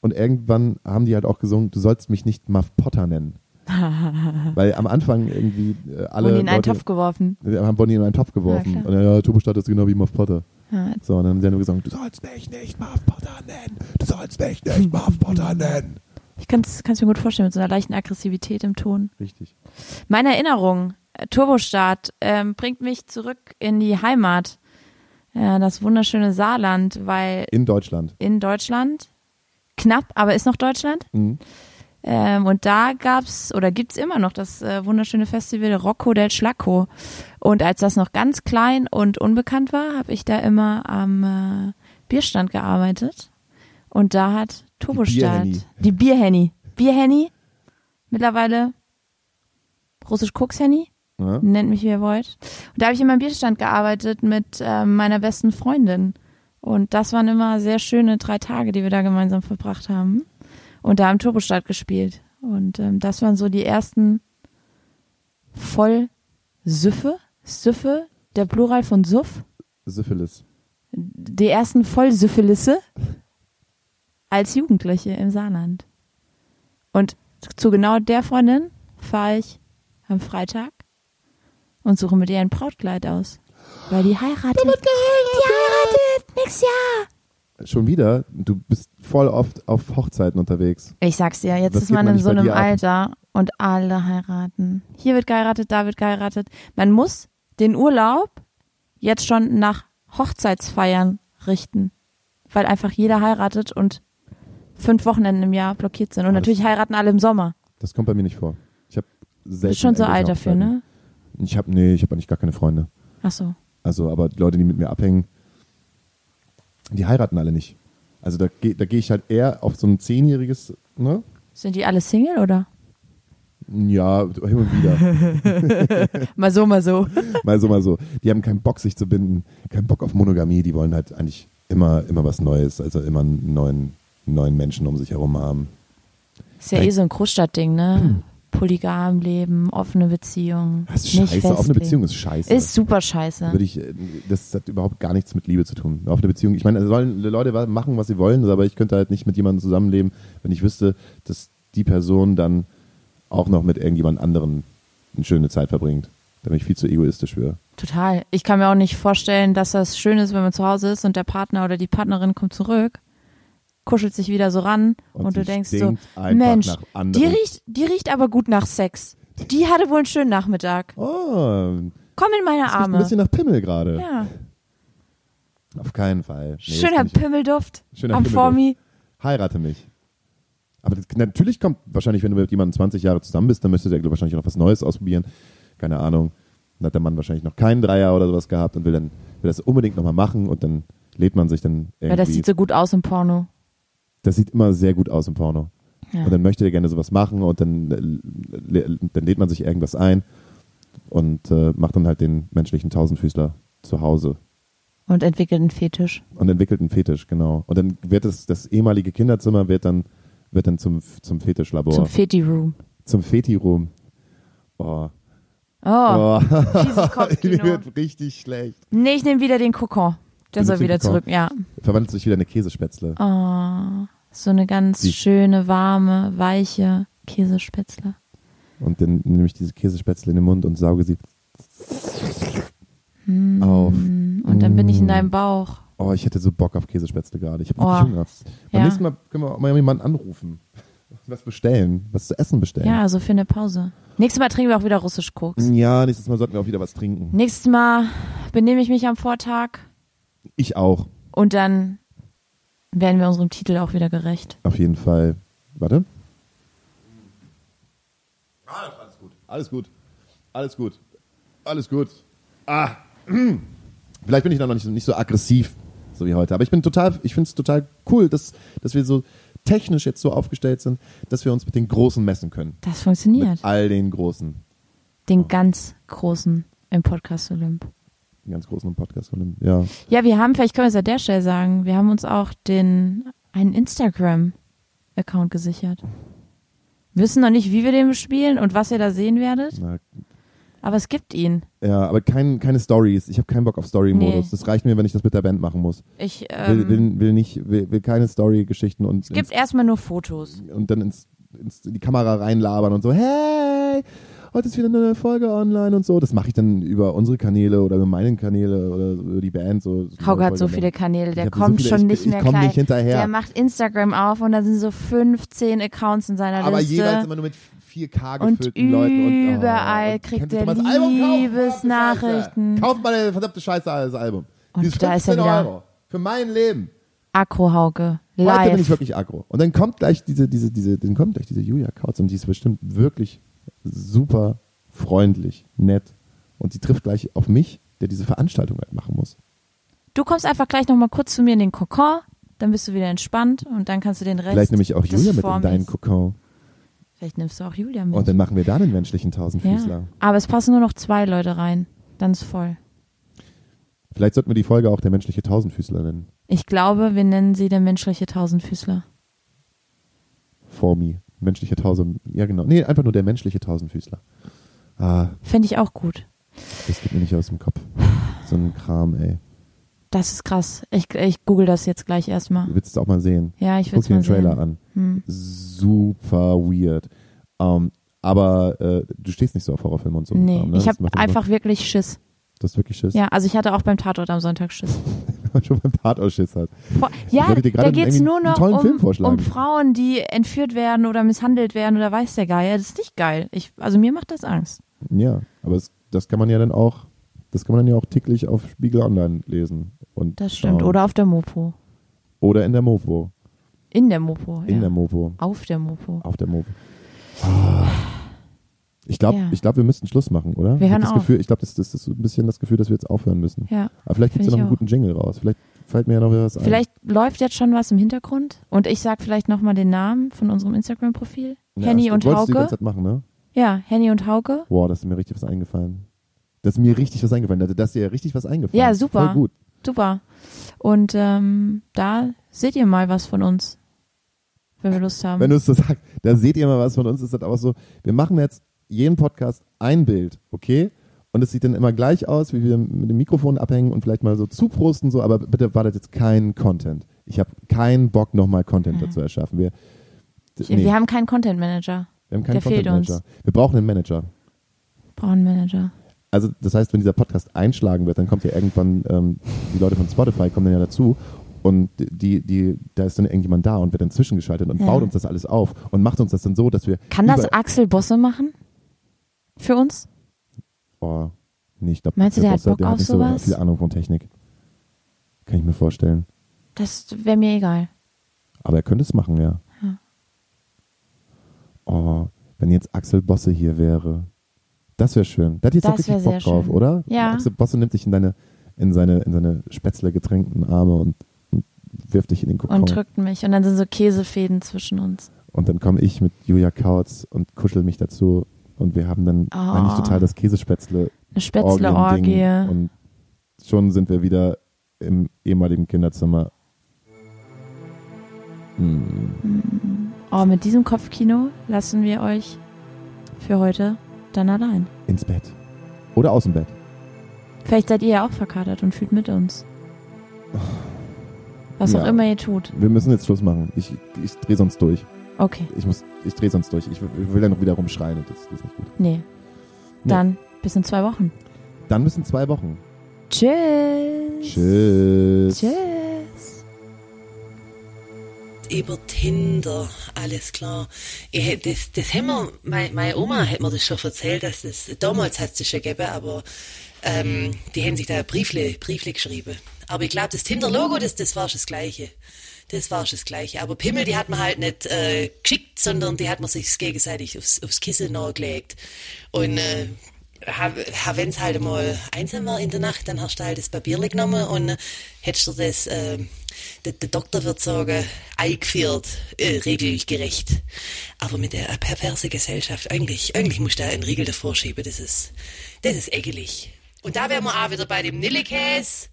und irgendwann haben die halt auch gesungen, du sollst mich nicht Muff Potter nennen. Weil am Anfang irgendwie äh, alle
und in einen
Leute,
Topf geworfen.
äh, haben Bonnie in einen Topf geworfen
Ja, klar.
und dann, ja, Turbostadt ist genau wie Muff Potter.
Ja,
So, und dann haben sie dann gesungen, du sollst mich nicht Muff Potter nennen, du sollst mich nicht Muff Potter nennen.
ich kann's kann's mir gut vorstellen, mit so einer leichten Aggressivität im Ton.
Richtig.
Meine Erinnerung, äh, Turbostart, ähm, bringt mich zurück in die Heimat. Äh, das wunderschöne Saarland, weil
In Deutschland.
in Deutschland, knapp, aber ist noch Deutschland.
Mhm.
Ähm, und da gab's oder gibt's immer noch das äh, wunderschöne Festival Rocco del Schlacco. Und als das noch ganz klein und unbekannt war, habe ich da immer am äh, Bierstand gearbeitet. Und da hat Turbostart
Bierhenny.
die Bierhenny. Bierhenny, mittlerweile russisch Kokshenny,
Ja?
nennt mich wie ihr wollt. Und da habe ich immer am Bierstand gearbeitet mit äh, meiner besten Freundin. Und das waren immer sehr schöne drei Tage, die wir da gemeinsam verbracht haben. Und da haben Turbostart gespielt. Und ähm, das waren so die ersten voll Süffe, Süffe, der Plural von Suff,
Syphilis.
die ersten voll Syphilisse als Jugendliche im Saarland. Und zu genau der Freundin fahre ich am Freitag und suche mit ihr ein Brautkleid aus. Weil die heiratet. Die heiratet nächstes Jahr.
schon wieder, du bist voll oft auf Hochzeiten unterwegs.
Ich sag's dir, jetzt
Das
ist
geht
man
man
in
nicht
so
bei
einem
dir ab.
Alter und alle heiraten. Hier wird geheiratet, da wird geheiratet. Man muss den Urlaub jetzt schon nach Hochzeitsfeiern richten, weil einfach jeder heiratet und fünf Wochenenden im Jahr blockiert sind. Und
Alles
natürlich heiraten alle im Sommer.
Das kommt bei mir nicht vor. Ich habe
Du
selten.
bist schon so
irgendwelche
alt dafür,
Hochzeiten.
ne?
Ich habe nee, ich habe eigentlich gar keine Freunde.
Ach so.
Also, aber die Leute, die mit mir abhängen, die heiraten alle nicht. Also da gehe da geh ich halt eher auf so ein zehnjähriges, ne?
Sind die alle Single oder?
Ja, hin und wieder.
Mal so, mal so.
mal so, mal so. Die haben keinen Bock, sich zu binden, keinen Bock auf Monogamie. Die wollen halt eigentlich immer, immer was Neues, also immer einen neuen, neuen Menschen um sich herum haben.
Ist ja eh so ein Großstadtding,
Hm.
ne? Polygam leben, offene Beziehungen.
Das ist
nicht
scheiße. Auf eine
festlegen.
Beziehung ist scheiße.
Ist super scheiße.
würde ich, äh, das hat überhaupt gar nichts mit Liebe zu tun. Auf eine Beziehung. Ich meine, sollen die Leute wa- machen, was sie wollen, aber ich könnte halt nicht mit jemandem zusammenleben, wenn ich wüsste, dass die Person dann auch noch mit irgendjemand anderen eine schöne Zeit verbringt. Da bin ich viel zu egoistisch für.
Total. Ich kann mir auch nicht vorstellen, dass das schön ist, wenn man zu Hause ist und der Partner oder die Partnerin kommt zurück, kuschelt sich wieder so ran
Und
und, du
sie
denkst so,
stinkt einfach
Mensch,
nach anderem."
die riecht, die riecht aber gut nach Sex. Die hatte wohl einen schönen Nachmittag.
Oh,
Komm in meine
das riecht ein
Arme.
bisschen nach Pimmel gerade.
Ja.
Auf keinen Fall. Nee, das
Schöner
kann ich-
Pimmelduft
Schöner
am
Pimmelduft.
Formi.
Heirate mich. Aber das, natürlich kommt wahrscheinlich, wenn du mit jemandem 20 Jahre zusammen bist, dann müsstest du ja wahrscheinlich noch was Neues ausprobieren. Keine Ahnung. Dann hat der Mann wahrscheinlich noch keinen Dreier oder sowas gehabt und will dann will das unbedingt nochmal machen und dann lädt man sich dann irgendwie.
Ja, das sieht so gut aus im Porno.
das sieht immer sehr gut aus im Porno.
Ja.
Und dann möchte er gerne sowas machen und dann, äh, lä- dann lädt man sich irgendwas ein und äh, macht dann halt den menschlichen Tausendfüßler zu Hause
Und entwickelt einen Fetisch.
und entwickelt einen Fetisch, genau. Und dann wird das, das ehemalige Kinderzimmer wird dann, wird dann zum, zum Fetischlabor.
Zum Feti-Room.
zum Feti-Room. Oh.
Oh,
oh.
fieses
Mir
Kopfkino.
wird richtig schlecht.
Nee, ich nehme wieder den Kokon. Der
Du
soll
nimmst den
wieder
Kokon.
zurück, ja.
Verwandelt sich wieder in eine Käsespätzle.
Oh. So eine ganz
Die-
schöne, warme, weiche Käsespätzle.
Und dann nehme ich diese Käsespätzle in den Mund und sauge sie
Hm.
auf.
Und dann bin ich in deinem Bauch.
Oh, ich hätte so Bock auf Käsespätzle gerade. Ich habe
Oh.
richtig Hunger. Beim
Ja.
nächsten Mal können wir auch mal jemanden anrufen. Was bestellen. Was zu essen bestellen.
Ja, so für eine Pause. Nächstes Mal trinken wir auch wieder russisch Koks.
Ja, nächstes Mal sollten wir auch wieder was trinken.
Nächstes Mal benehme ich mich am Vortag
Ich auch.
und dann werden wir unserem Titel auch wieder gerecht.
Auf jeden Fall. Warte. Alles gut. Alles gut. Alles gut. Alles gut. Ah. Vielleicht bin ich dann noch nicht, so- nicht so aggressiv, so wie heute. Aber ich bin total, ich finde es total cool, dass, dass wir so technisch jetzt so aufgestellt sind, dass wir uns mit den Großen messen können.
Das funktioniert.
Mit all den Großen.
Den ganz großen im Podcast Olymp.
Den ganz Großen im Podcast. von dem- Ja.
Ja, wir haben, vielleicht können wir es an der Stelle sagen, wir haben uns auch den, einen Instagram-Account gesichert. Wir wissen noch nicht, wie wir den bespielen und was ihr da sehen werdet,
Na,
aber es gibt ihn.
ja, aber kein, keine Stories. Ich habe keinen Bock auf Story-Modus.
Nee.
Das reicht mir, wenn ich das mit der Band machen muss.
Ich,
Will,
ähm,
will, will nicht, will, will keine Story-Geschichten und
es gibt erstmal nur Fotos.
und dann ins, ins, in die Kamera reinlabern und so, hey, heute ist wieder eine neue Folge online und so. Das mache ich dann über unsere Kanäle oder über meine Kanäle oder so über die Band. So,
Hauke hat so
Folge.
viele Kanäle, der
hab so
kommt
viele,
schon
ich-
nicht
ich
mehr
komm
klar.
nicht hinterher.
Der macht Instagram auf und da sind so 15 Accounts in seiner
Aber
Liste.
jeweils immer nur mit 4K
Und
gefüllten Leuten. Und,
überall
und
kriegt
könnt ihr
er
doch mal das Album kaufen, verdammte
Liebesnachrichten.
Scheiße. Kauft mal das verdammte Scheiße als Album.
Und
Dieses
da ist er
15
wieder.
Euro. Für mein Leben.
Akro Hauke, live.
Heute bin ich wirklich aggro. Und dann kommt gleich diese, diese, diese, dann kommt gleich diese Julia Kautz und die ist bestimmt wirklich super freundlich, nett. Und die trifft gleich auf mich, der diese Veranstaltung halt machen muss.
Du kommst einfach gleich nochmal kurz zu mir in den Kokon, dann bist du wieder entspannt und dann kannst du den Rest.
Vielleicht nehme ich auch
des
Julia mit in
Formis-
deinen Kokon.
Vielleicht nimmst du auch Julia mit.
Und dann machen wir da den menschlichen
ja.
Tausendfüßler.
Aber es passen nur noch zwei Leute rein. Dann ist voll.
Vielleicht sollten wir die Folge auch der menschliche Tausendfüßler nennen.
Ich glaube, wir nennen sie der menschliche Tausendfüßler.
For me. Menschliche Tausend. Ja, genau. Nee, einfach nur der menschliche Tausendfüßler. Ah,
Fände ich auch gut.
das geht mir nicht aus dem Kopf. So ein Kram, ey.
Das ist krass. Ich, ich google das jetzt gleich
Du
erstmal.
willst es auch mal sehen.
Ja, ich will
Guck
es
dir
mal
den Trailer
sehen. Hm.
an. Super weird. Ähm, aber äh, du stehst nicht so auf Horrorfilme und so. einen
Nee,
Kram, ne?
ich
Das
habe
macht immer-
einfach wirklich Schiss.
Das ist wirklich Schiss.
Ja, also ich hatte auch beim Tatort am Sonntag Schiss.
Wenn man schon beim Tatort Schiss hat.
Boah, Ja,
wollte dir gerade
da geht's
irgendwie
nur
einen
noch
tollen Film
um,
vorschlagen.
um Frauen, die entführt werden oder misshandelt werden oder weiß der Geier. Das ist nicht geil. Ich, also mir macht das Angst.
Ja, aber es, das kann man ja dann auch, das kann man dann ja auch täglich auf Spiegel Online lesen. Und
Das stimmt.
schauen.
Oder auf der Mopo.
Oder in der Mopo.
In der Mopo.
in
ja.
der Mopo.
Auf der Mopo.
Auf der Mopo. Ah. Ich glaube,
Ja.
ich glaub, wir müssen Schluss machen, oder?
Wir
Ich hab
hören
das
auf.
Gefühl, ich glaube, das, das ist so ein bisschen das Gefühl, dass wir jetzt aufhören müssen.
Ja.
Aber vielleicht gibt es ja
Find
noch
ich
einen guten Jingle raus. Vielleicht fällt mir ja noch was ein.
Vielleicht läuft jetzt schon was im Hintergrund und ich sag vielleicht nochmal den Namen von unserem Instagram-Profil.
ja,
Henny
stimmt.
und
Wolltest Du die ganze
Hauke.
Zeit machen, ne?
Ja, Henny und Hauke.
Wow, da ist mir richtig was eingefallen. Das ist mir richtig was eingefallen. Da ist dir richtig was eingefallen.
Ja, super.
Voll gut.
Super. Und ähm, da seht ihr mal was von uns, wenn wir Lust haben.
Wenn du es so sagst, da seht ihr mal was von uns. Ist das auch so, wir machen jetzt jeden Podcast ein Bild, okay? Und es sieht dann immer gleich aus, wie wir mit dem Mikrofon abhängen und vielleicht mal so zuprosten, so, aber bitte wartet jetzt keinen Content. Ich habe keinen Bock, nochmal Content dazu erschaffen. Wir,
ich, Mhm. Wir haben keinen Content Manager.
wir haben keinen
der fehlt
Content Manager. Wir brauchen einen Manager.
Brauchen Manager.
Also das heißt, wenn dieser Podcast einschlagen wird, dann kommt ja irgendwann, ähm, die Leute von Spotify kommen dann ja dazu und die, die, da ist dann irgendjemand da und wird dann zwischengeschaltet und
Ja.
baut uns das alles auf und macht uns das dann so, dass wir
Kann das
über-
Axel Bosse machen? Für uns?
oh, nee, ich glaub,
Meinst du, der hat
Boss
Bock
der
auf
hat nicht
sowas?
so viel Ahnung von Technik. Kann ich mir vorstellen.
Das wäre mir egal.
Aber er könnte es machen, ja.
Ja.
Oh, wenn jetzt Axel Bosse hier wäre. Das wäre schön. Da hat jetzt
Das
auch richtig
wär
Bock
sehr
drauf,
schön.
oder?
Ja.
Axel Bosse nimmt dich in deine, in seine, in seine Spätzle getränkten Arme und, und wirft dich in den Kokon.
Und drückt mich. Und dann sind so Käsefäden zwischen uns.
Und dann komme ich mit Julia Kautz und kuschel mich dazu und wir haben dann
Oh.
eigentlich total das Käsespätzle.
Eine Spätzle-Orgie.
Und schon sind wir wieder im ehemaligen Kinderzimmer. Hm.
Oh, mit diesem Kopfkino lassen wir euch für heute dann allein.
Ins Bett. Oder aus dem Bett.
Vielleicht seid ihr ja auch verkatert und fühlt mit uns. Was
Ja.
auch immer ihr tut.
Wir müssen jetzt Schluss machen. Ich, ich drehe sonst durch.
Okay,
Ich muss, ich drehe sonst durch. Ich, w- ich will ja noch wieder rumschreien. und Das, das ist nicht gut.
nee. Dann bis in zwei Wochen.
Dann müssen zwei Wochen.
Tschüss.
Tschüss.
Tschüss.
über Tinder, alles klar. Ich, hätt- das, das haben wir, meine, meine Oma hat mir das schon erzählt, dass das, damals hat es das schon gegeben, aber ähm, die haben sich da Briefle, Briefle geschrieben. Aber ich glaube, das Tinder-Logo, das, das war schon das Gleiche. Das war schon das Gleiche. Aber Pimmel, die hat man halt nicht äh, geschickt, sondern die hat man sich gegenseitig aufs, aufs Kissen nachgelegt. Und äh, wenn es halt mal einsam war in der Nacht, dann hast du halt das Papier genommen und äh, hättest du das, äh, der, der Doktor wird sagen, eingeführt, äh, regelgerecht. Aber mit der perverse Gesellschaft, eigentlich, eigentlich musst du da einen Riegel davor schieben, das ist, das ist ekelig. Und da wären wir auch wieder bei dem Nillekäse.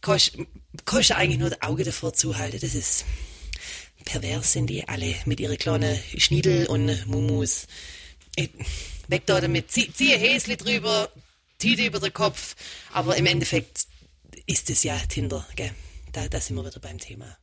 Kannst kannst du eigentlich nur das Auge davor zuhalten, das ist, pervers sind die alle mit ihren kleinen Schniedel und Mumus. Ich- Weg da damit. Zieh, zieh ein Häsli drüber, Tüte über den Kopf. Aber im Endeffekt ist es ja Tinder, gell? Da, da sind wir wieder beim Thema.